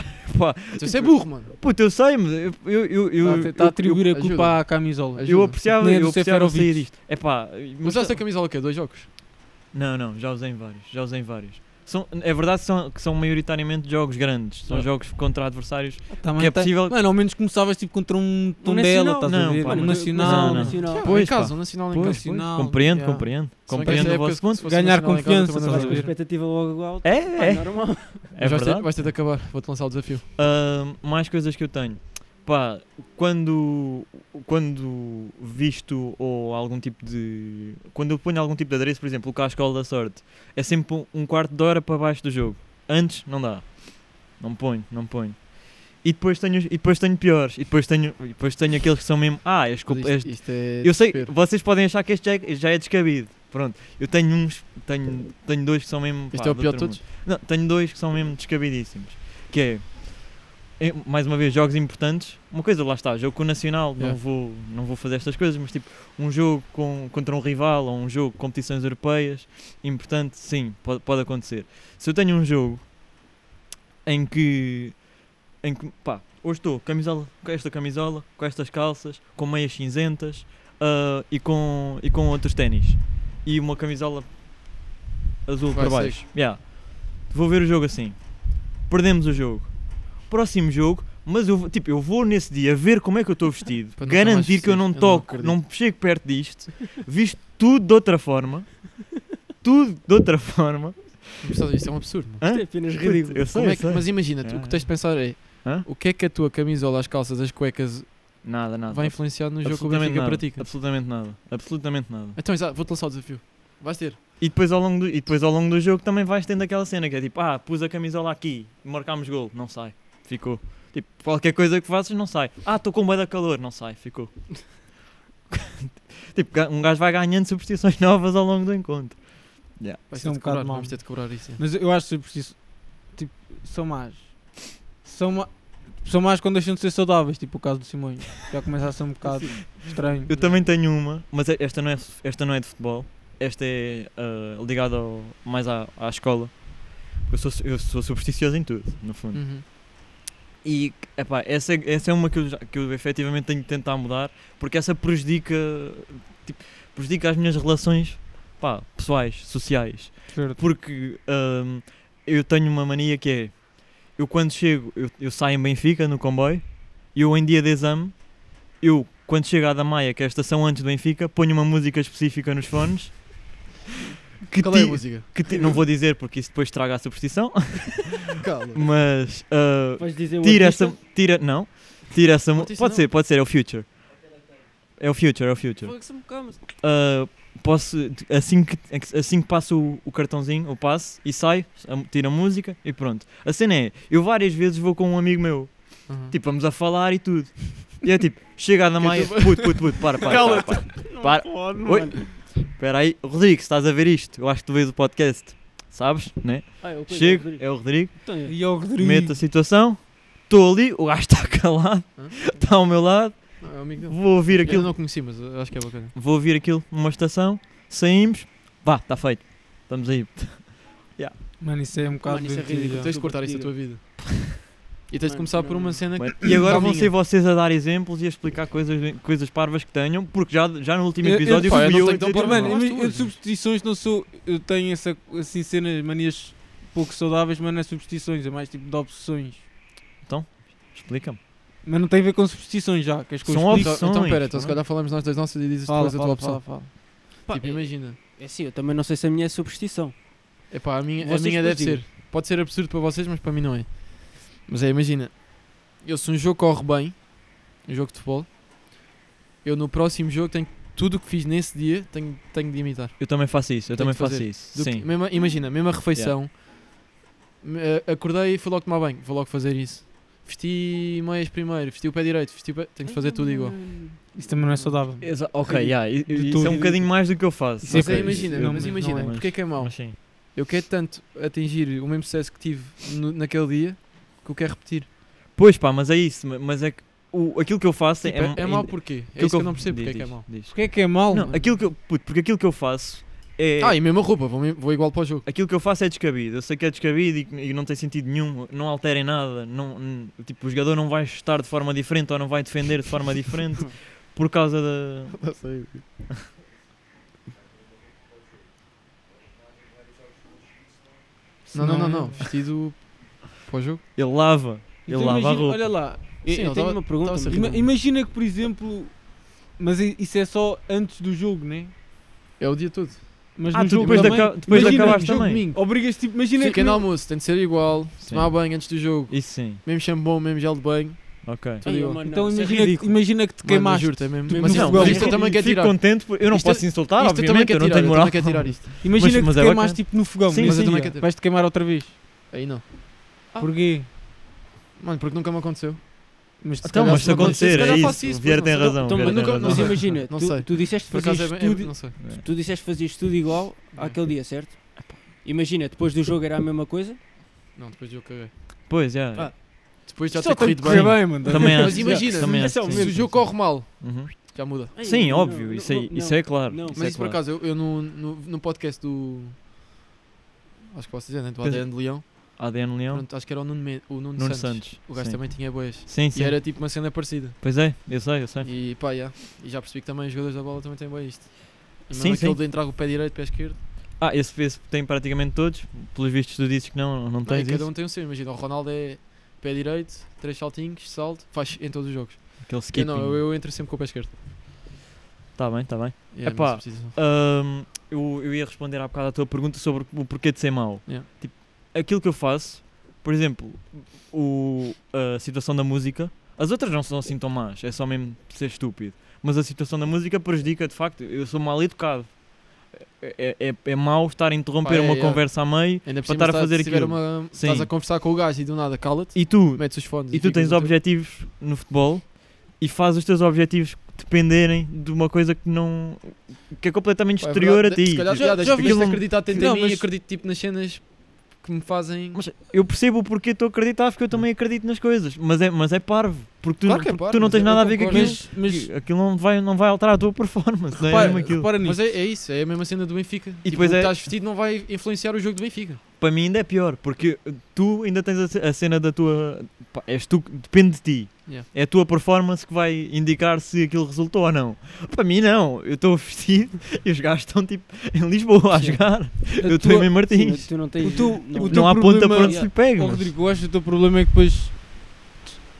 B: Tu és é burro, mano.
A: Puta, eu sei, mas eu, eu, eu,
B: Tá
A: eu,
D: Está a- está a atribuir a culpa
B: ajuda.
D: à camisola.
A: eu, eu apreciava,
D: Nem é
A: eu
D: do
A: apreciava
D: Seferovic.
A: sair disto. É pá,
B: Mas usaste a camisola o quê? Dois jogos?
A: Não, não, já usei em vários, já usei em vários. São, é verdade que são, que são maioritariamente jogos grandes, são
B: Ah.
A: jogos contra adversários.
D: Também
A: que é
D: tem-
A: possível-
D: Tá, Mano, ao menos começavas tipo contra um
C: Nacional.
D: Tondela, estás a
A: Não,
D: ver?
A: pá,
D: Um
A: mas-
C: é
D: Nacional.
A: Não, não.
B: Já,
A: Pois,
B: em casa,
A: pá.
B: um nacional em
A: Pois,
B: casa.
A: pois,
D: Nacional,
A: compreendo,
B: yeah.
A: compreendo,
B: Se bem que
A: compreendo
B: esta
A: o
B: época,
A: vosso
B: se Ah,
A: ponto.
B: fosse um
D: Ganhar
B: nacional em casa,
D: confiança,
B: também não
C: Mas
D: estás a
B: vais
C: com a
D: ver?
C: expectativa logo alta.
A: É,
C: pá,
A: é,
C: normal.
A: é
B: vais, ter,
A: verdade.
B: vais ter de acabar, vou-te lançar o desafio.
A: Ahm, mais coisas que eu tenho. Pá, quando, quando visto ou algum tipo de. Quando eu ponho algum tipo de adereço, por exemplo, o cascol da sorte, é sempre um- um quarto de hora para baixo do jogo. Antes não dá. Não ponho, não ponho. E depois tenho, os- e depois tenho piores. E depois tenho, e depois tenho aqueles que são mesmo. Ah, este,
B: Mas
A: comp-
B: isto-
A: este-
B: isto é
A: Eu sei,
B: desespero.
A: vocês podem achar que este já é, já é descabido. Pronto, eu tenho uns, tenho, tenho dois que são mesmo.
B: Este
A: pá,
B: é o
A: do
B: pior de
A: outro
B: todos?
A: mundo. Não, tenho dois que são mesmo descabidíssimos. Que é, é, mais uma vez, jogos importantes. Uma coisa, lá está, jogo com o Nacional, não,
B: Yeah.
A: vou, não vou fazer estas coisas, mas tipo, um jogo com, contra um rival ou um jogo de competições europeias, importante, sim, pode, pode acontecer. Se eu tenho um jogo em que. Em que pá, hoje estou camisola, com esta camisola, com estas calças, com meias cinzentas ah, e, com, e com outros ténis. E uma camisola azul
B: Vai
A: para baixo. Yeah. Vou ver o jogo assim. Perdemos o jogo. Próximo jogo, mas eu, vou- tipo, eu vou nesse dia ver como é que eu estou vestido,
B: Para nunca mais
A: garantir que eu
B: vestir.
A: não
B: Eu não
A: toco,
B: acredito.
A: não, chego perto disto, visto tudo de outra forma, tudo de outra forma.
B: Mas Isto é um absurdo. mano.
A: Hã?
C: Isto é apenas
A: Puto,
C: ridículo.
A: Eu sei,
B: Como é
A: eu
B: que-
A: sei.
B: mas imagina, tu- o que tens de pensar é
A: Hã?
B: o que é que a tua camisola, as calças, as cuecas
A: Nada, nada.
B: vai influenciar no jogo que o
A: Ah, absolutamente
B: Benfica
A: nada,
B: pratica?
A: Absolutamente nada. Absolutamente nada.
B: Então, exato, vou-te lançar o desafio. Vais ter.
A: E depois, ao longo do, e depois ao longo do jogo também vais tendo aquela cena que é tipo, ah, pus a camisola aqui, marcámos gol, não sai, ficou. Tipo, qualquer coisa que faças não sai. Ah, estou com medo da calor, não sai, ficou. tipo, ga- um gajo vai ganhando superstições novas ao longo do encontro.
B: Vais
D: Isso
B: ter
D: é um
B: de
D: bocado
B: cobrar,
D: mau.
B: vamos ter de cobrar isso. é.
D: Mas eu acho que preciso. Tipo, são más. São, ma... são más quando deixam de ser saudáveis, tipo o caso do Simões. Já começa a ser um bocado estranho.
A: Eu também tenho uma, mas e- esta não é, esta não é de futebol, esta é ah, ligada ao- mais à, à escola. Eu sou, eu sou supersticioso em tudo, no fundo.
B: Uhum.
A: E epá, essa, é- essa é uma que eu, já- que eu efetivamente tenho de tentar mudar, porque essa prejudica, tipo, prejudica as minhas relações pá, pessoais, sociais.
D: Certo.
A: Porque hum, eu tenho uma mania que é: eu quando chego, eu, eu saio em Benfica no comboio, e eu em dia de exame, eu quando chego à Damaia, que é a estação antes do Benfica, ponho uma música específica nos fones. Que, tipo-
B: Qual é a
A: ti-
B: música?
A: que ti- não vou dizer porque isso depois traga a superstição,
B: Cala.
A: mas ah,
C: Vais dizer o
A: tira
C: artista?
A: essa tira não tira essa mu-
B: Artista
A: pode
B: não.
A: ser pode ser é o future é o future é o future
C: Fogo, se me camas.
A: Ah, posso assim que assim que passo o, o cartãozinho o passe e saio a- tiro a música e pronto a cena é eu várias vezes vou com um amigo meu
B: Uhum.
A: tipo vamos a falar e tudo e é tipo chega a da Maia puto puto puto para para para, para. Para. Oi. espera aí Rodrigo se estás a ver isto eu acho que tu vês o podcast sabes né
C: Ah, eu tenho,
A: chego
C: Rodrigo.
A: é o Rodrigo
C: Então, é.
D: E ao Rodrigo.
A: meto a situação, estou ali, o gajo está calado,
B: Hã?
A: está ao meu lado,
B: Não, é o amigo dele.
A: vou ouvir
B: Eu
A: aquilo,
B: não conheci, mas eu acho que é bacana.
A: vou ouvir aquilo numa estação, saímos, vá, está feito, estamos aí.
D: Mano, isso é um bocado.
C: Mano, isso é
D: doentio,
C: ridículo.
D: já.
B: Tens de cortar isso da tua vida. E tens de
C: Mano,
B: começar por
C: não,
B: uma
C: não.
B: cena que.
A: E agora vão
B: Calminha.
A: ser vocês a dar exemplos e a explicar coisas, coisas parvas que tenham, porque já, já no último
D: Eu- eu-
A: episódio
B: pá, eu
A: fui
B: não
A: eu,
B: tenho
A: a
B: tão
A: dizer
B: Pô,
A: tudo
D: mano,
B: não,
A: mal.
B: mas
D: eu, eu
B: tudo.
D: de substituições não sou. Eu tenho essa, assim, cenas, manias pouco saudáveis, mas não é substituições, é mais tipo de obsessões.
A: Explica-me.
D: Mas não tem a ver com substituições já, que as coisas
A: São
B: Então, então
A: opções,
B: pera, então se
A: não é?
B: calhar falamos nós das nossas e dizes tu
D: Fala,
B: és a tua
D: fala,
B: opção.
D: fala, fala.
C: Pá,
B: Tipo,
C: é-
B: imagina.
C: é assim, eu também não sei se a minha é superstição.
B: É pá, a minha, a
C: Vocês
B: minha deve
C: depois
B: ser. Pode ser absurdo para vocês, mas para mim não é. Mas é, imagina. Eu, se um jogo corre bem, um jogo de futebol, eu no próximo jogo tenho tudo o que fiz nesse dia, tenho, tenho de imitar.
A: Eu também faço isso, eu
B: Tenho
A: também
B: que
A: faço
B: fazer.
A: isso.
B: Do que-
A: Sim.
B: mesma- imagina, mesma refeição. Me- eh, Acordei e fui logo tomar banho, vou logo fazer isso. Vesti meias primeiro, vesti o pé direito, vesti o pé... Tenho de fazer tudo igual.
D: Isso também não é saudável.
A: Exa- Ok, yeah, i-
D: De
A: isso
D: tudo.
A: é um bocadinho mais do que eu faço.
D: Isso é
B: Mas
A: Ok,
B: é, imagina,
A: isso eu-
D: não-
B: mas
D: não
B: imagina,
D: é.
B: porque é que é mau?
A: mas sim.
B: Eu quero tanto atingir o mesmo sucesso que tive no- naquele dia que eu quero repetir.
A: Pois pá, mas é isso, ma- mas é que o, aquilo que eu faço um-
B: Tipo, é, é mau porquê? É isso que eu não percebo
A: diz,
B: porque é que é
A: diz,
B: mau.
A: diz.
D: Porquê é que é mau?
A: Não,
D: mano?
A: aquilo que eu, puto, porque aquilo que eu faço é.
B: Ah, e mesmo a roupa, vou, vou igual para o jogo.
A: Aquilo que eu faço é descabido. Eu sei que é descabido e, que- e não tem sentido nenhum. Não alterem nada. Não, n- tipo, o jogador não vai estar de forma diferente ou não vai defender de forma diferente por causa da.
B: Não, não, não, não. Vestido para o jogo.
A: Ele lava. Ele
D: Então
A: lava
D: imagina-
A: a roupa.
D: Olha lá,
C: Eu,
B: Sim,
C: eu
B: ele
C: tenho
B: tava-
C: uma pergunta.
B: tava-se a
C: mas-
B: rir
D: Ima-
B: Sim.
D: imagina que, por exemplo, mas i- isso é só antes do jogo, né?
B: É o dia todo.
D: Mas
A: Ah,
D: no
A: tu
D: jogo
A: depois, de,
D: também-
A: aca- depois de
D: imagina,
A: acabar
B: jogo
A: também.
B: domingo.
D: Obrigas tipo, imagina
B: Sim, é
D: que
B: pequeno
D: não-
B: almoço, tem de ser igual.
A: Sim.
B: Tomar banho antes do jogo.
A: Isso sim,
B: Mesmo shampoo, mesmo gel de banho.
A: ok.
B: Tudo
C: Ai,
B: igual.
C: mano,
D: Então
C: isso é
D: imagina, que,
C: ridículo.
D: imagina que te
B: Mano,
D: queimaste.
B: juro, é mesmo.
D: Mesmo
B: Mas,
D: no
B: não,
D: futebol.
B: mas isto eu também
A: fico
B: quero tirar.
A: contente, por- eu não
B: Isto-
A: posso insultar,
B: isto eu também
A: obviamente, eu,
B: quero
A: não
B: tirar,
A: tenho
B: eu
A: moral.
B: também quero tirar isto.
D: Imagina
A: Mas- mas
D: que
A: é
D: te queimaste
A: bacana.
D: tipo no fogão,
A: Sim,
D: mas
A: sim,
D: eu também
A: é.
D: quero- vais-te queimar outra vez.
B: Aí não. Ah.
D: Porquê?
B: Mano, porque nunca me aconteceu.
D: Mas se
A: Então,
D: calhar
A: mas se
D: não aconteceu,
A: acontecer,
B: calhar
A: é
B: faço
A: isso.
B: isso,
A: O Vieira tem
B: pois, não sei.
A: razão. o
C: Então,
A: Vieira
C: mas,
A: tem
C: nunca-
A: razão.
B: Não
C: mas
B: sei.
C: imagina,
B: Não
C: tu,
B: sei.
C: tu disseste
B: Por
C: fazer
B: acaso é bem. é-
C: tudo,
B: não sei.
C: tu disseste fazias tudo igual àquele dia, certo? Imagina, depois do jogo era a mesma coisa.
B: Não, depois eu caguei.
A: Pois, já.
D: Ah,
B: Depois já
D: Só
B: ter
D: tem
B: corrido
D: que correr
B: bem.
D: bem, mano.
A: Também acho.
B: Mas imagina,
A: também acho
C: esse é o
A: que
B: Se
A: sim.
B: o jogo corre mal,
A: Uhum.
B: já muda.
C: Ei,
A: Sim,
C: não,
A: óbvio,
C: não,
A: isso, aí-
C: não,
A: isso é claro.
C: não.
A: isso
B: Mas
A: é
B: isso por
A: claro.
B: acaso, eu, eu no, no, no podcast do. Acho que posso dizer, né? Do
A: Pois é.
B: ADN de Leão.
A: ADN Leão,
B: Pronto, acho que era o Nuno, Me- o Nuno,
A: Nuno
B: Santos.
A: Santos.
B: O gajo
A: sim.
B: também tinha boias.
A: Sim, sim.
B: E era tipo uma cena parecida.
A: Pois é, eu sei, eu sei.
B: E pá, yeah. e já percebi que também os jogadores da bola também têm bem isto. E mesmo
A: Sim,
B: aquele
A: sim.
B: de entrar com o pé direito, pé esquerdo.
A: Ah, esse, esse tem praticamente todos. Pelos vistos, tu dizes que não, não
B: Não, e
A: tens
B: cada
A: isso.
B: um tem o seu. Imagina, o Ronaldo é pé direito, três saltinhos, salto, faz em todos os jogos.
A: Aquele
B: Eu
A: skipping.
B: não, eu, eu entro sempre com o pé esquerdo. é
A: Tá bem, tá bem.
B: Yeah,
A: Epá.
B: mas preciso-
A: Ahm, eu, eu ia responder há bocado à tua pergunta sobre o porquê de ser mau.
B: Yeah.
A: Tipo, aquilo que eu faço, por exemplo, o, a situação da música, as outras não são assim tão más, é só mesmo ser estúpido. Mas a situação da música prejudica, de facto, eu sou mal educado. É, é, é- é mau estar a interromper
B: Pá, é,
A: uma
B: é.
A: conversa a meio
B: Ainda
A: para
B: por cima,
A: estar a
B: se
A: fazer
B: se tiver
A: aquilo.
B: Uma,
A: Sim.
B: estás a conversar com o gajo e do nada cala-te,
A: e tu,
B: metes os fones.
A: e tu
B: ficas
A: tens
B: no teu-
A: objetivos no futebol e fazes os teus objetivos dependerem de uma coisa que não que é completamente
B: Pá, é
A: exterior a
B: verdade,
A: ti.
B: Se calhar
A: Tipo,
B: já, já
A: aquilo
B: viste
A: não-
B: acreditar tanto em
D: Não,
B: mim
D: mas-
B: e acredito tipo nas cenas que me fazem.
A: Mas eu percebo o porquê tu acreditas, porque eu também acredito nas coisas, mas é, mas é parvo, porque tu,
B: Claro que é
A: porque
B: parvo,
A: tu não
B: mas
A: tens
B: eu-
A: nada
B: eu
A: a ver com
B: concordo.
A: aquilo.
D: Mas, mas
A: Aquilo não vai, não vai alterar a tua performance, não é
D: repara,
A: mesmo aquilo.
D: repara nisso.
B: Mas é, é isso, é mesmo a cena do Benfica. E
A: depois
B: o que
A: é-
B: estás vestido não vai influenciar o jogo do Benfica.
A: Para mim ainda é pior, porque tu ainda tens a ce- a cena da tua. pá, és tu, depende de ti.
B: Yeah.
A: É a tua performance que vai indicar se aquilo resultou ou não. Para mim, não. Eu estou vestido e os gajos estão tipo em Lisboa a
D: Sim.
A: jogar.
D: A
A: Eu estou em
D: tua-
A: Mem Martins.
C: Sim, tu não tens.
D: O teu-
C: não,
D: o teu-
A: não há ponta
D: problema-
A: para onde se lhe pega.
D: Ó,
A: mas-
D: Rodrigo, eu acho que o teu problema é que depois.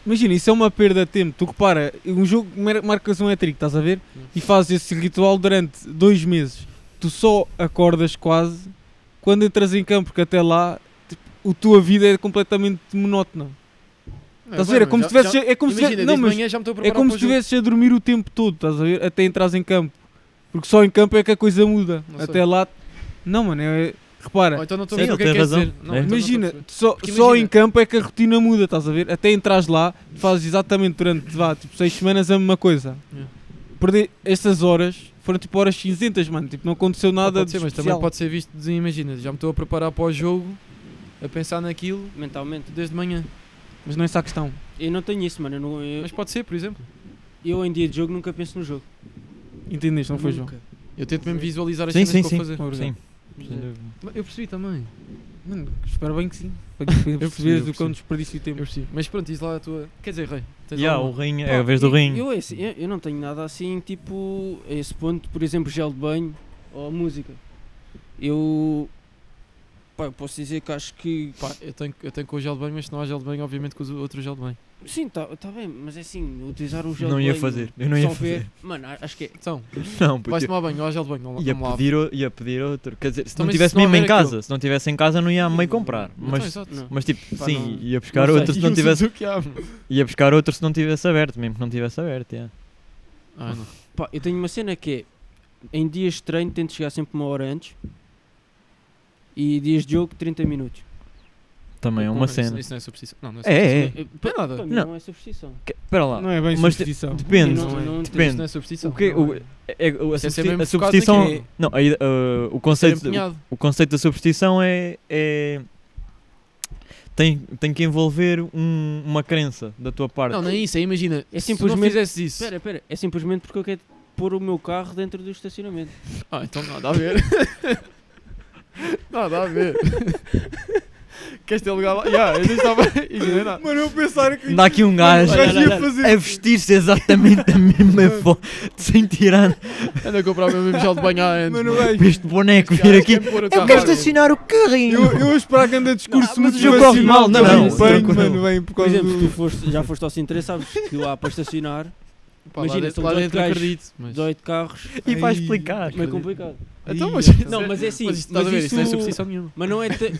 D: Imagina, isso é uma perda de tempo. Tu repara, um jogo mar- marcas um hat-trick, estás a ver? E fazes esse ritual durante dois meses. Tu só acordas quase quando entras em campo, porque até lá tipo, a tua vida é completamente monótona. Estás a ver? É como se tivesses. É como se
B: Imagina,
D: tivesse- não,
B: desde
D: mas
B: manhã já me estou a
D: é
B: preparar
D: como
B: para
D: se
B: o jogo.
D: estivesses a dormir o tempo todo, estás a ver? Até entras em campo. Porque só em campo é que a coisa muda.
B: Não sei.
D: Até lá. Não, mano, é- repara.
B: Ou então não estou a
A: Sim,
B: ver o
A: ele
B: que é
A: tem
B: que quer
A: razão.
B: dizer. Não,
A: É.
B: então não estou a
D: Imagina,
B: perceber.
D: só,
B: Porque
D: só
B: imagina-
D: em campo é que a rotina muda, estás a ver? Até entras lá, fazes exatamente durante vá, tipo, seis semanas a mesma coisa.
B: Yeah.
D: Perder estas horas foram tipo horas cinzentas, mano. Tipo, não aconteceu nada
B: pode
D: de
B: ser, mas
D: especial.
B: também pode ser visto de, imagina, já me estou a preparar para o jogo, a pensar naquilo
C: Mentalmente.
B: desde manhã.
D: Mas não é essa a questão.
C: Eu não tenho isso, mano. Eu, não- eu-
B: Mas pode ser, por exemplo.
C: eu em dia de jogo nunca penso no jogo.
D: Entendeste? Não Então foi, João?
C: Nunca.
B: Eu tento mesmo visualizar as
A: Sim,
B: cenas
A: sim,
B: que
A: sim.
B: vou fazer.
A: Sim.
B: Mas Eu percebi também.
D: Mano, espero bem que sim. Para que para perceberes
B: percebi, eu
D: o quão
B: percebi.
D: desperdício o
B: Eu
D: tempo.
B: percebi. Mas pronto, diz lá a tua. Quer dizer, Rei. Tens
A: Yeah, o
B: alguma?
A: rinho,
C: Pá,
A: é a vez do
C: eu-
A: rinho.
C: Eu, esse- eu, eu não tenho nada assim, tipo, a esse ponto, por exemplo, gel de banho ou música. Eu. Pá, eu posso dizer que acho que.
B: Pá, eu tenho, eu tenho com o gel de banho, mas se não há gel de banho, obviamente com o outro gel de banho.
C: Sim, tá, tá bem, mas é assim, utilizar o gel
A: Não
C: de
A: ia
C: banho,
A: fazer, eu não ia
C: só ver- Mano, a- acho que é.
B: Então,
A: Não, puto,
B: vais tomar banho, não há gel de banho, não,
A: Ia
B: não lavo.
A: pedir, o- ia pedir outro. Quer dizer, se
B: Então,
A: não
B: mas
A: tivesse
B: se não
A: mesmo em
B: houver
A: casa,
B: aquilo-
A: se não tivesse em casa, não ia a meio comprar.
B: Então,
A: Mas,
B: exato.
C: Não.
A: mas tipo,
B: Pá,
A: sim,
B: não-
A: ia buscar
B: não
A: outro
B: sei. é
A: se não
B: um E o
A: tivesse.
B: Suzuki há-
A: Ia buscar outro se não tivesse aberto, mesmo que não tivesse aberto. yeah.
B: Ah, não.
C: Pá, eu tenho uma cena que é. Em dias de treino, tento chegar sempre uma hora antes. E dias de jogo, 30 minutos.
A: Também é
B: Não,
A: uma
B: isso-
A: cena.
B: Isso não é superstição. Não, não é
A: É, é, é.
B: superstição.
C: É, pa-
B: nada.
C: Para mim
A: Não.
C: não, é superstição.
A: Que- Pera lá,
D: Não é bem
A: Mas te-
D: superstição.
A: depende.
C: Eu não-
B: Não é.
C: eu não
A: depende.
B: Isto não é superstição.
A: O que,
B: não
A: o,
B: é.
A: é- é- o- a,
B: Isso é ser
A: substi-
B: mesmo
A: a
B: focado
A: superstição.
B: naquilo.
A: Não, a ide- uh, o,
B: Ser
A: conceito,
B: empenhado.
A: o conceito da superstição é. é- tem, tem que envolver um- uma crença da tua parte.
B: Não, não é isso, é imagina.
C: É
B: Se tu não
C: simplesmente-
B: fizesses isso.
C: Espera, espera. É simplesmente porque eu quero pôr o meu carro dentro do estacionamento.
B: Ah, então nada a ver. nada a ver. Queres ter lugar lá? Yeah, eu nem estava. Imaginei nada.
D: Mano, eu pensar que.
A: Dá aqui um gajo
D: gajo ia fazer-
A: a vestir-se exatamente da mesma forma, sem tirar
B: Anda a comprar o meu mesmo gel de banho há anos.
D: Mano,
B: mano.
D: gajo.
A: este boneco é. vir aqui. É
B: Quer pôr o
A: Eu
B: carro
A: quero
B: lá dentro.
A: estacionar o
D: Eu,
A: carrinho.
D: eu a esperar que anda discurso
A: Não, mas o jogo
D: motivacional
A: corre mal, não,
D: do
A: não,
D: empenho,
A: tranquilo.
D: mano, bem, por
C: Por
D: causa
C: exemplo,
D: do-
C: tu foste- já foste ao Sintra, sabes que lá para estacionar,
B: Pá,
C: Imagina,
B: lá dentro,
C: são
B: lá
C: dois
B: dentro
C: gajos,
B: acredito. Mas...
C: 18 carros,
A: E vai
D: Ai.
A: explicar.
C: meio complicado.
B: Então,
D: Ih,
B: mas.
C: Não, mas é assim,
B: Mas isto, estás a ver,
C: mas
B: isto não é
C: isso-
B: superstição nenhuma.
C: Mas não é. te-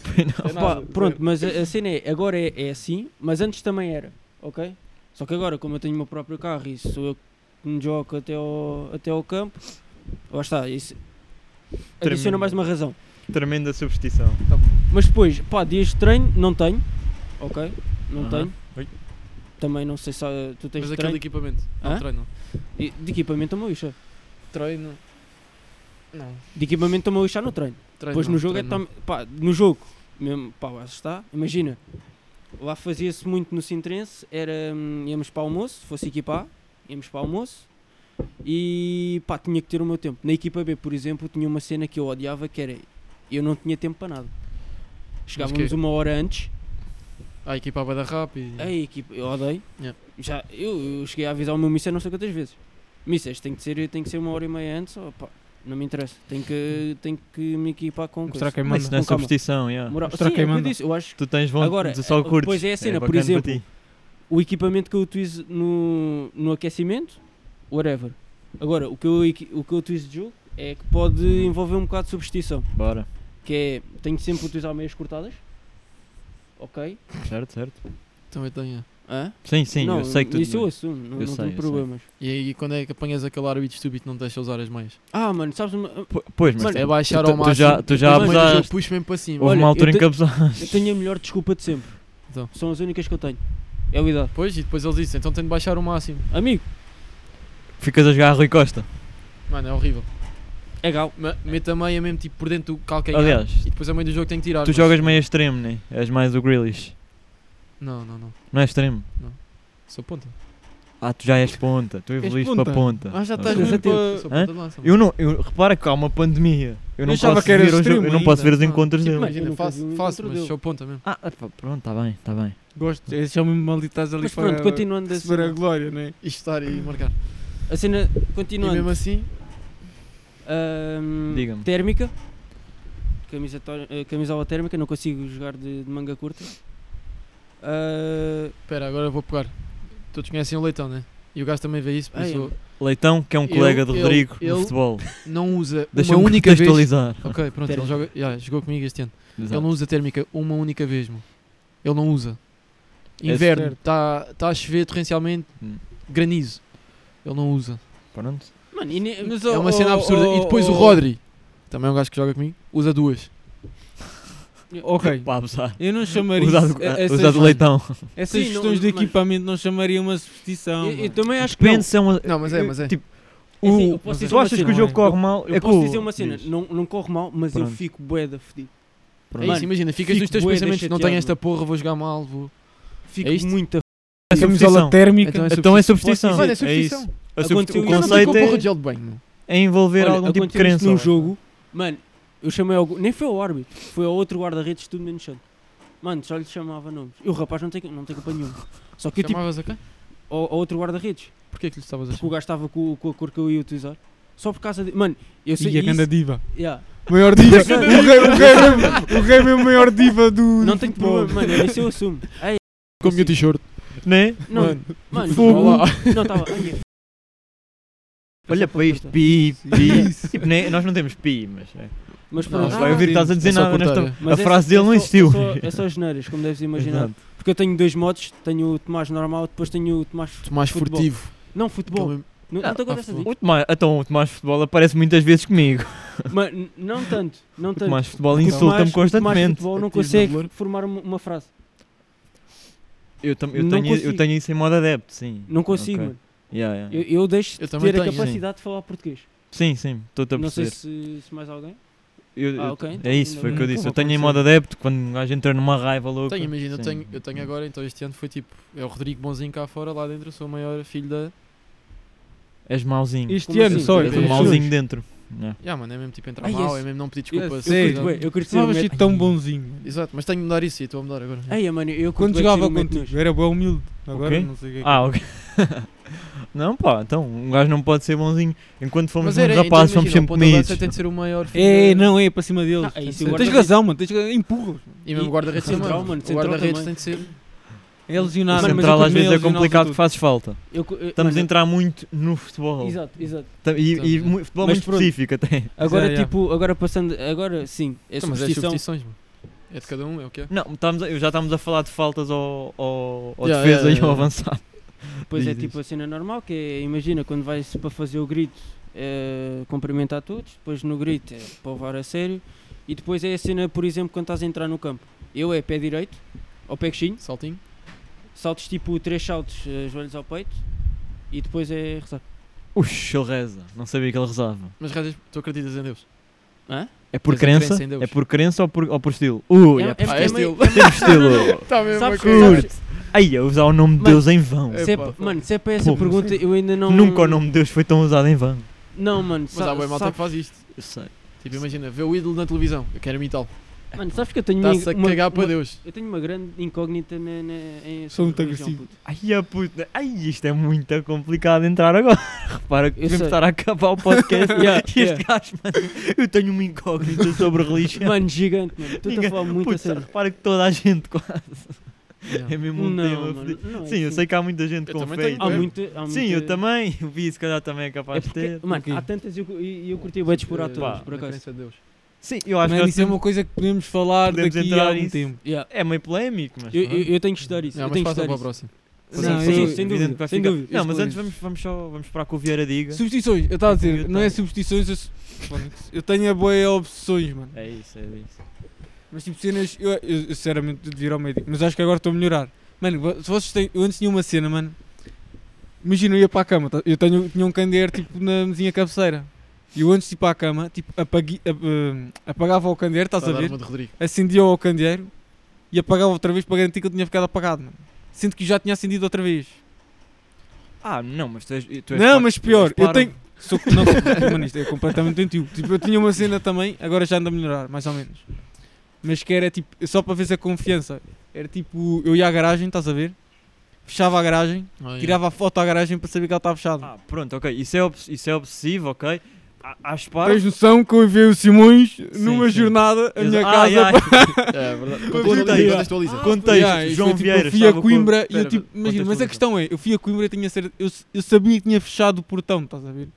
B: Não é
C: Pá,
B: nada.
C: pronto, mas a, a cena é, agora é, é assim, mas antes também era, ok? Só que agora, como eu tenho o meu próprio carro e sou eu que me jogo até ao, até ao campo, lá está, isso adiciona
A: Tremendo.
C: mais uma razão.
A: Tremenda superstição.
C: Mas depois, pá, dias de treino, não tenho, ok? Não
A: Aham.
C: tenho.
A: Ui.
C: também não sei se ah, tu tens
B: Mas aquele
C: treino.
B: equipamento.
C: Hã?
B: Não, treino.
C: E- De equipamento estou-me a lixar.
B: Treino. Não.
C: De equipamento estou-me a lixar no treino.
B: Treino.
C: Depois no jogo é
B: treino não.
C: tam, pá, no jogo mesmo, pá, lá está, imagina. Lá fazia-se muito no Sintrense, era, hum, íamos para o almoço, se fosse equipar, íamos para o almoço e pá, tinha que ter o meu tempo. Na equipa B, por exemplo, tinha uma cena que eu odiava que era eu não tinha tempo para nada. Chegávamos
B: quê?
C: uma hora antes,
B: Ah, equipava da rápido.
C: a equipa, eu odeio.
B: Yeah.
C: Já, eu, eu cheguei a avisar o meu míster não sei quantas vezes. Míster, tem que ser, tem que ser uma hora e meia antes, ou pá, não me interessa, tenho que, tenho que me equipar com coisa.
D: Mostrar quem
A: Mas isso não é
D: manda.
C: com calma.
A: superstição, yeah.
C: Moral. Sim,
D: Mostrar
C: é o
D: quem
C: que eu
D: manda.
C: disse. Eu acho que
A: Tu tens vontade,
C: Agora,
A: tu só
C: eh,
A: curtes.
C: pois é a cena, por
A: bacana para
C: exemplo,
A: ti.
C: o equipamento que eu utilizo no, no aquecimento, whatever. Agora, o que, eu, equi- o que eu utilizo de jogo é que pode envolver um bocado de substituição.
A: Bora,
C: Que é, tenho que sempre utilizar meias cortadas. Ok?
A: certo, certo.
B: Também tenho. é.
C: Hã?
A: Sim, sim,
C: não,
A: eu sei que tu. é.
C: Isso eu assumo, não,
A: Eu
C: não
A: sei, eu
C: tenho
A: sei.
C: problemas.
B: E aí quando é que apanhas aquele árbitro estúpido que não te deixa usar as mães?
C: Ah, mano, sabes uma-
A: Po- Pois, mas
B: é baixar
A: tu-
B: ao
A: tu
B: máximo.
A: já- tu já
B: depois
A: abusaste.
B: do jogo puxo mesmo para cima.
A: houve
C: tipo, Olha,
A: uma altura
C: eu
A: em que
C: te-
A: abusaste.
C: Eu tenho a melhor desculpa de sempre.
B: Então.
C: São as únicas que eu tenho. É o idade.
B: Pois, e depois eles dizem, então tenho de baixar o máximo.
C: Amigo,
A: Ficas a jogar a Rui Costa.
B: Mano, é horrível.
C: é gal.
B: Ma- Meto a meia mesmo tipo por dentro do calcanhar.
A: Aliás,
B: E depois a meio do jogo tenho que tirar.
A: tu
B: mas-
A: jogas meio extremo, né? És mais o Grealish.
B: Não, não, não.
A: Não é extremo?
B: Sou ponta.
A: Ah, tu já és ponta. Tu evoluíste
D: ponta?
A: para ponta.
B: Ah, já
A: Ok.
B: estás
C: muito
B: muito
C: atento.
B: para... Sou
A: um Hã?
B: ponta de lança.
A: Eu não, eu, repara que há uma pandemia. Eu não,
D: achava
A: posso
D: que era
A: ver, os jo-
D: extremo
A: eu não posso ver os
B: ainda.
A: encontros
B: Tipo,
A: dele.
C: mas- Eu
B: Imagina,
C: nunca vi um
B: faço, faço,
C: encontro
B: mas
C: dele.
B: sou ponta mesmo.
A: Ah, pá, pronto, está bem, está bem.
D: Gosto. Esses são mesmo malditas ali
C: Mas
D: para
C: pronto, continuando a
D: receber a
C: cena.
D: glória, não é?
B: E estar e marcar.
C: A cena,
B: E
C: continuando.
B: mesmo assim,
C: Ahm,
A: Diga-me.
C: Térmica. Camisa tó- eh, camisola térmica, não consigo jogar de, de manga curta. Ah,
B: espera, agora eu vou pegar. Todos conhecem o Leitão, né? E o gajo também vê isso, por
C: Ai,
B: isso
A: Leitão, que é um
B: Ele-
A: colega de
B: ele-
A: Rodrigo
B: ele-
A: no futebol.
B: não usa uma
A: Deixa-me
B: única vez.
A: contextualizar.
B: Ok, pronto,
C: Espera.
B: ele joga, já, jogou comigo este ano.
A: Exato.
B: Ele não usa térmica uma única vez, meu. Ele não usa. Inverno, está tá a chover torrencialmente,
A: É Hum.
B: granizo. Ele não usa.
A: Pronto.
C: mano, e ne-
D: Mas,
B: é
D: oh,
B: uma cena
D: oh,
B: absurda. e depois
D: oh,
B: o Rodri, também é um gajo que joga comigo, usa duas.
C: um-
D: Ok.
A: Para abusar.
D: Eu não chamaria
A: Usado, ah,
D: isso- essas-
A: usado leitão.
D: Essas
C: Sim, não-
D: questões de
C: mas-
D: equipamento não chamaria uma superstição.
C: eu, eu
D: mano.
C: também acho que não.
A: Depende se é uma.
B: Não, mas é, mas é.
A: Tipo,
C: É assim, eu
A: o,
C: posso dizer
A: tu
C: uma
A: achas que
C: cena,
A: o jogo
D: não é?
A: corre mal?
C: Eu
A: é
C: posso
A: com-
C: dizer uma cena,
A: Diz.
C: não, não corre mal, mas eu
A: Pronto.
C: fico boeda fedido.
B: É
A: Pronto.
B: isso, imagina, ficas
C: Fico
B: nos teus
C: bué de
B: pensamentos, não
C: chateado,
B: tenho esta porra, vou jogar mal, vou.
C: Fico
B: É isto?
C: muito
A: É
D: Camisola
A: substituição.
D: térmica.
B: Então é
A: Então é substituição.
B: Mano, é
A: É isso.
B: substituição.
A: A sub-
C: Aconteceu
A: O
C: isso. Eu não digo
A: conceito
B: com porra de
A: é-
B: gel de banho, meu.
A: é envolver
C: Olha,
A: algum tipo de
C: aconteceu isto
A: crença.
C: num jogo, mano, eu chamei ao, nem foi ao árbitro, foi ao outro guarda-redes tudo menos santo. Mano, só lhe chamava nomes. E o rapaz não tem, não tem culpa nenhuma. Só que eu tipo,
B: Chamavas a quem?
C: ao, ao outro guarda-redes,
B: Porquê que lhe estavas a
C: porque o
B: chamar?
C: gajo estava com, com a cor que eu ia utilizar. Só por causa de. Mano, eu sei
D: E a
C: isso-
D: grande diva.
C: yeah.
D: Maior diva. o rei, o rei, mesmo, o rei mesmo maior diva do.
C: Não
D: do
C: tenho
D: futebol.
C: problema, mano, isso eu assumo. Ei,
B: Com o meu t-shirt.
A: Né?
C: não, mano,
B: Olá.
C: não estava. Olha, f-
A: Olha para isto. Pi, pi. Tipo, né? Nós não temos pi, mas. é.
C: Mas
B: Não,
A: Não
C: pronto,
A: se
B: Ah,
A: vai ouvir que
B: sim.
A: estás a dizer
B: É só
A: nada.
B: cortar,
A: nesta-
B: é.
C: mas
A: A
C: é-
A: frase dele não
C: é só-
A: existiu.
C: É só, é só as neiras, como deves imaginar.
A: Exato.
C: Porque eu tenho dois modos, tenho o Tomás normal, depois tenho o Tomás.
B: Mais
C: Futebol.
B: furtivo.
C: Não, futebol. Não, não te
B: Ah,
C: acontece a ti?
A: O Tomás, então, o Tomás Futebol aparece muitas vezes comigo.
C: Mas n- não tanto, não
A: O
C: tanto.
A: Tomás Futebol
C: Porque o
A: insulta-me
C: Então, Tomás- O Tomás
A: constantemente.
C: futebol não
B: Atira na
C: consegue
B: lua.
C: formar uma, uma frase.
A: Eu, tam- eu
C: Não
A: tenho, eu
C: consigo.
A: tenho isso em modo adepto, sim.
C: Não consigo,
A: Ok.
C: mano.
A: Yeah, yeah.
C: Eu, eu deixo
B: Eu
C: de
B: também
C: ter a
B: tenho,
C: capacidade de falar português.
A: Sim, sim, estou-te a
C: Não sei
A: perceber.
C: se, se mais alguém.
A: Eu-
C: Ah,
A: eu-
C: ok, então
A: É isso,
C: ainda
A: foi o que
D: bem.
A: eu disse.
D: Como
A: Eu tenho em
D: aconteceu?
A: modo adepto, quando um gajo entra numa raiva louca.
B: Tenho, imagina, eu
A: Sim.
B: tenho, eu tenho agora, então este ano foi tipo, é o Rodrigo Bonzinho cá fora, lá dentro, eu sou o maior filho da.
A: És mauzinho.
D: Este
C: Como
D: ano
C: assim?
D: só.
A: És
B: este-
A: um mauzinho dentro. Não.
B: Ya, mano, é mesmo tipo entrar
C: Ai,
B: mal,
C: esse-
B: é mesmo não pedir desculpa.
D: esse-
B: ser
D: Ei,
B: cuidado.
C: Ué, eu curti ser o
D: Estavas
C: Met-
D: assim tão bonzinho.
B: Exato, mas tenho de mudar isso e estou a mudar agora.
C: Ei, mano, eu curto
D: Quando
C: bué de
D: jogava
C: ser o Met
D: contigo,
C: nojo.
D: era bem humilde. Agora
A: Ok.
D: não sei o que é que-
A: Ah, ok. não, pá, então, um gajo não pode ser bonzinho. Enquanto fomos
B: mas
A: um
B: era,
A: rapaz,
B: então,
A: fomos
B: imagina, o
A: sempre
B: ponta de lança
A: comidos.
B: tem de ser o maior filho
D: É,
B: da-
D: não, é para cima deles.
C: Não, é isso,
D: Tens-
C: o
D: tens
C: guarda-redes-
D: razão, mano. Tens razão. Empurra-os. mano.
B: E mesmo
C: E-
B: guarda-redes
C: central,
B: também.
C: mano,
B: O
C: central
B: guarda-redes tem
C: também.
B: de ser.
D: É
A: O
D: lesionado.
C: Mano, mas
A: central
C: eu
A: às vezes é complicado que fazes falta.
C: Eu cu- eu-
A: Estamos
C: mano,
A: a entrar muito no futebol.
C: Exato, exato.
A: Tam- E, e
B: Estamos, é.
A: mu- futebol
C: Mas
A: muito
C: pronto.
A: específico até.
C: Agora,
D: é, yeah.
C: tipo, agora passando. Agora sim, é
B: Então, Mas é
C: superstição.
B: substituições, mano. É de cada um, é o que é.
A: Não, estamos a- já estamos a falar de faltas ao, ao, ao
B: Yeah,
A: defesa
B: yeah,
A: e ao
B: yeah.
A: avançado.
C: Depois é
A: Diz
C: tipo a cena normal, que é, imagina, quando vais para fazer o grito, é, cumprimentar todos, depois no grito é para levar a sério, e depois é a cena, por exemplo, quando estás a entrar no campo. Eu é pé direito, ao pé coxinho,
B: Saltinho.
C: Saltos tipo três saltos, eh, joelhos ao peito e depois é rezar.
A: Uxi, ele reza. Não sabia que ele rezava.
B: Mas rezas, tu acreditas em Deus?
A: É por
B: Mas a crença
A: crença?
B: em Deus.
A: é por crença ou por, ou por estilo? Ui, é,
C: É-
A: por
C: é-
A: estilo.
B: é
C: meio-
B: estilo.
A: Temos estilo.
B: Está mesmo
C: Sabes-
A: Curte. Aí, a usar o nome de
C: Mano,
A: Deus em vão.
B: é-
C: Se é
B: Epá,
C: pa-
B: foda-se.
C: mano, se é para essa
A: Pô, mas-
C: pergunta, eu ainda não.
A: Nunca o nome de Deus foi tão usado em vão.
C: Não, mano,
B: Mas há bem malta que
C: sabe,
B: faz isto.
A: Eu sei.
B: Tipo, imagina, vê o ídolo na televisão. Eu quero imitá-lo.
C: mano, sabes que eu tenho
B: Está-se a
C: uma-
B: cagar para
C: uma-
B: Deus.
C: Eu tenho uma grande incógnita na, na, em
D: Sou muito
C: sobre religião,
D: agressivo.
C: puto.
A: Ai, a puta. Ai, isto é muito complicado entrar agora. Repara que
C: Eu
A: devemos
C: sei.
A: estar a acabar o podcast.
C: Yeah,
A: e este
C: yeah.
A: gajo, mano, eu tenho uma incógnita sobre religião.
C: Mano, gigante, mano. Tu estás a
A: Ninguém-
C: falar muito a
A: Puta,
C: sério.
A: repara que toda a gente quase.
B: Yeah.
A: É mesmo um tema.
C: Não, mano.
A: fodido.
C: não é
A: Sim, eu
C: assim.
A: sei que há muita gente
B: Eu
A: com
B: também
A: fé.
B: tenho
A: e
C: Há
A: tudo.
C: muita. há
A: Sim,
C: muita-
A: eu também. O Vi, se calhar, também é
C: É
A: capaz de
C: porque,
A: ter.
C: mano,
D: Ok.
C: há tantas e eu, e eu curti bem tipo, é de
B: Eh,
C: explorar todas, por acaso.
B: de Deus.
A: Sim, eu acho
D: Mas
A: que
D: isso é uma coisa que podemos falar
A: Podemos
D: daqui
A: entrar
D: a algum
A: nisso.
D: tempo.
C: Yeah.
A: é meio polémico, mas.
C: Eu,
A: pronto.
C: eu, eu tenho que estudar isso.
B: Não,
C: eu
B: mas
C: tenho que
B: passa
C: estudar
B: para o
C: isso.
B: próximo.
A: Sim,
D: Não,
A: sim,
D: eu-
A: sim,
C: sem
A: evidente
C: dúvida,
A: que vai
C: sem
A: ficar.
C: dúvida.
A: Não, mas
D: Isso
A: antes
D: foi-
A: vamos, vamos, só, vamos esperar que o Vieira diga.
D: Substituições, eu estava a
A: Eu
D: dizer, não é
A: tenho.
D: substituições, eu, su- eu tenho a boia obsessões, mano.
A: É isso, é isso.
D: Mas tipo cenas, eu, eu- eu, sinceramente eu devia ir ao médico, mas acho que agora estou a melhorar. Mano, vo- se vocês têm, eu antes tinha uma cena, mano. Imagina, eu ia para a cama, tá- eu tenho, tinha um candeeiro tipo na mesinha cabeceira. E eu antes de ir para a cama, tipo, apagui- ap- hum, apagava o candeeiro, estás
B: Está
D: a
B: a dar
D: ver?
B: uma de Rodrigo.
D: Acendia o candeeiro e apagava outra vez para garantir que ele tinha ficado apagado, mano. Sinto que já tinha acendido outra vez.
A: Ah, não, mas tu és. Tu és
D: Não,
A: par-
D: mas
A: tu
D: pior,
A: és
D: eu
A: par-
D: tenho. Sou, não, sou- mano, isto é completamente doentio. Tipo, eu tinha uma cena também, agora já ando a melhorar, mais ou menos. Mas que era tipo, só para ver se a confiança. Era tipo, eu ia à garagem, estás a ver? Fechava a garagem, tirava a foto à garagem para saber que ela estava fechada.
A: Ah, pronto, ok. Isso é, obs- isso é obsessivo, ok. Há- Às pares.
D: Tens noção que eu enviei o Simões numa
A: sim.
D: jornada à
A: Eu-
D: minha
A: Ah,
D: casa.
A: yeah,
B: É verdade.
A: Contei.
B: Contextualiza, contextualiza.
A: Contexto,
D: Yeah, isto
A: João
D: foi, tipo,
A: Vieira.
D: Eu fui a
A: estava com-
D: Coimbra e eu
B: Espera,
D: tipo, imagina, mas a
B: contextualiza.
D: questão é, eu fui a Coimbra e tinha certeza, eu, eu sabia que tinha fechado o portão, estás a ver?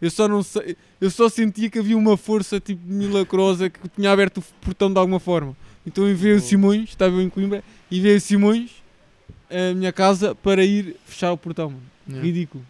D: Eu só não sei, eu só sentia que havia uma força tipo milagrosa que tinha aberto o portão de alguma forma. Então eu veio o Simões, estava eu em Coimbra, e veio o Simões à minha casa para ir fechar o portão, mano.
B: Yeah.
D: Ridículo.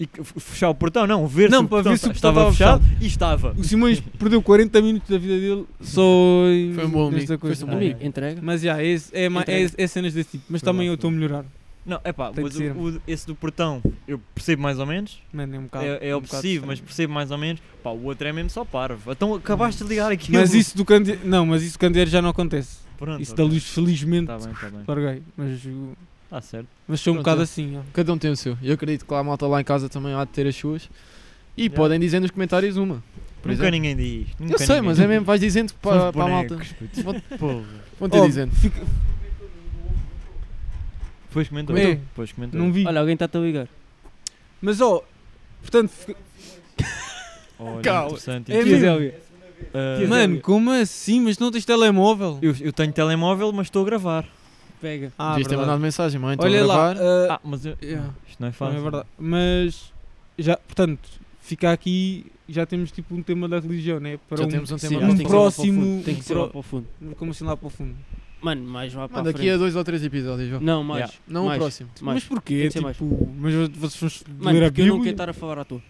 A: E que- f- fechar o portão, não, ver
D: Não,
A: se o
D: para
A: portão
D: ver se o portão
A: estava
D: estava
A: fechado e estava.
D: O Simões perdeu 40 minutos da vida dele só em
B: Foi um bom amigo,
D: nesta coisa.
B: foi-se um bom
C: Amigo, entrega.
D: Mas já, é, é, ma- é,
C: Entrega.
D: é cenas desse tipo, mas
B: Foi
D: também
B: bom,
D: eu estou a melhorar.
A: Não, é pá,
D: Tem
A: mas
D: de ser.
A: o- o- esse do portão eu percebo mais ou menos.
D: Mano, é um bocado.
A: É, é
D: é um
A: obsessivo,
D: bocado
A: mas
D: estranho.
A: percebo mais ou menos. Pá, o outro é mesmo só parvo. Então acabaste de ligar aqui. um.
D: Mas isso do candeeiro. Não, mas isso do candeeiro já não acontece.
A: Pronto,
D: Isso da luz, felizmente,
A: Está Tá bem, está bem.
D: larguei. Mas, o-
A: Está certo.
D: mas sou um
B: Pronto,
D: bocado
B: é.
D: assim. ó.
B: Cada um tem o seu. Eu acredito que lá a malta lá em casa também há de ter as suas. E
A: Yeah.
B: podem dizer nos comentários uma. Por
A: Nunca
B: exemplo.
A: ninguém diz. Nunca
B: Eu sei,
A: ninguém
B: mas é
A: diz.
B: mesmo, vais dizendo para,
A: São
B: para a malta.
A: bonecos, puto.
B: Vão-
A: Porra.
B: Vão ter
D: Oh,
B: dizendo.
D: fica-
A: Depois comentou.
D: É.
A: Depois comentou.
D: Não vi.
C: Olha, alguém está-te a ligar.
D: Mas, ó, portanto, fica-
A: Olha,
B: Cala.
A: interessante.
D: É
A: isso.
D: mesmo.
A: Ah,
C: Tia Zé.
D: mano, como assim? Mas não tens telemóvel?
A: eu, eu tenho telemóvel, mas estou a gravar.
C: Pega.
D: Ah,
B: Devias ter
D: verdade.
B: é mandado mensagem, mãe. estou a
D: Olha lá,
B: gravar.
D: ah,
A: Ah, mas eu-
D: yeah,
A: isto não é
D: não
A: fácil.
D: é verdade. Mas, já, portanto, fica aqui. Já temos tipo um tema da religião, né? Para
B: Já
D: um,
B: temos um
C: Sim,
B: tema.
D: mas
C: mas
D: um
C: tem que ser lá para o
D: próximo-
C: fundo, Tem que ser
D: pro-
C: lá para o fundo.
D: Como assim lá para o fundo?
C: Mano, mais lá para
B: Manda
C: a
B: aqui a
C: frente.
B: dois ou três episódios, João.
C: Não, mais.
A: Yeah.
B: Não o
C: mais.
B: próximo.
C: Mais.
D: Mas
C: Tem
D: porquê?
C: que ser mais.
D: Tipo, mas vocês vão
C: Mano,
D: ler a
C: porque eu não
D: Bíblia?
C: quero estar a falar à tua.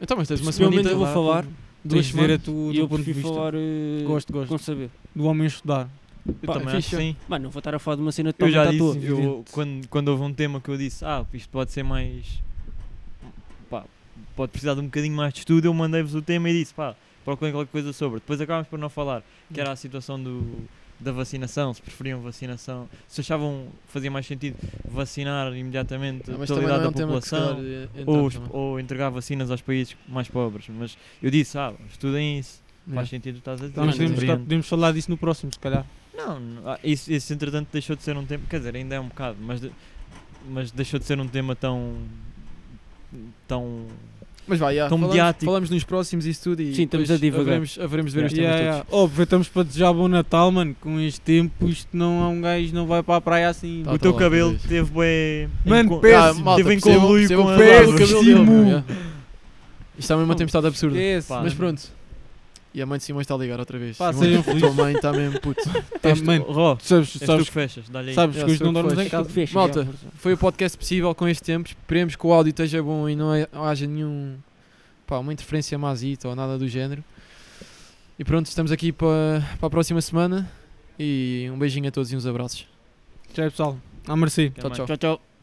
B: Então, mas tens uma
C: Se pelo menos
B: semanita.
C: eu vou falar,
D: Tens
B: Duas
D: de ver a
B: semanas.
D: tu,
C: e
D: do
C: eu
D: ponto de
C: prefiro
D: vista.
C: falar eh,
D: Gosto, gosto.
C: com saber.
D: do homem estudar.
A: Eu
B: Pá,
A: também acho
B: fixe.
A: que sim.
C: Mano, não vou estar a falar de uma cena
A: Eu
C: totalmente
A: já
C: à toa.
A: disse, eu, quando, quando houve um tema que eu disse, ah, isto pode ser mais. pá, pode precisar de um bocadinho mais de estudo, eu mandei-vos o tema e disse, pá, procurem qualquer coisa sobre. Depois acabámos por não falar, que era a situação do, da vacinação, se preferiam vacinação, se achavam que fazia mais sentido vacinar imediatamente a
B: Mas também não
A: totalidade
B: é
A: da
B: um tema que se calhar,
A: população.
B: eh, entra
A: ou, os-
B: também.
A: ou entregar vacinas aos países mais pobres, mas eu disse, ah, estudem isso, faz
B: Yeah.
A: sentido o que estás a dizer.
D: Mas podemos,
A: compreendo.
D: podemos falar disso no próximo, se calhar.
A: Não, não, ah, isso, isso entretanto deixou de ser um tema, quer dizer, ainda é um bocado, mas, de- mas deixou de ser um tema tão. tão.
B: Mas vai, já,
A: Tão
B: falamos,
A: mediático.
B: falamos nos próximos isso tudo e
C: Sim, estamos
B: depois
C: a divagar.
B: Haveremos, haveremos de ver os temas
D: Yeah, yeah. Oh, aproveitamos para desejar bom Natal, mano. Com este tempo, isto não é um gajo, não vai para a praia assim.
B: Tá.
A: o teu
B: lá,
A: cabelo
B: talvez.
A: teve bué.
D: Mano,
A: enco-
B: todos.
D: Péssimo.
B: malta,
A: Teve em
B: percebam-
A: conluio
B: percebam
A: com
B: o
A: a
B: cabelo
D: barba.
B: dele, meu,
D: Péssimo.
B: yeah. Isto está mesmo uma tempestade absurda.
D: Esquece,
A: Pá,
D: mano.
B: Mas pronto. E a mãe de Simões está a ligar outra vez.
D: Pá,
B: Simões,
D: sejam
B: a tua
D: felizes.
B: mãe está mesmo puto.
D: Tá,
A: És tu-
D: mano,
A: Ró,
D: tu sabes,
A: és tu
D: sabes,
A: que fechas, dá-lhe aí.
D: sabes
B: É,
D: que hoje
B: sou
D: não
B: eu que
D: dormes em
B: fecho.
D: casa.
C: Fecha,
B: Malta.
C: já, força.
B: Foi o podcast possível com este tempo. Esperemos que o áudio esteja bom e não ha- haja nenhum. pá, uma interferência mazita ou nada do género. E pronto, estamos aqui para, para a próxima semana. E um beijinho a todos e uns abraços.
D: Tchau, pessoal.
F: À mercê.
G: Que é
H: Tchau,
G: mais-
H: tchau.
D: Tchau, tchau.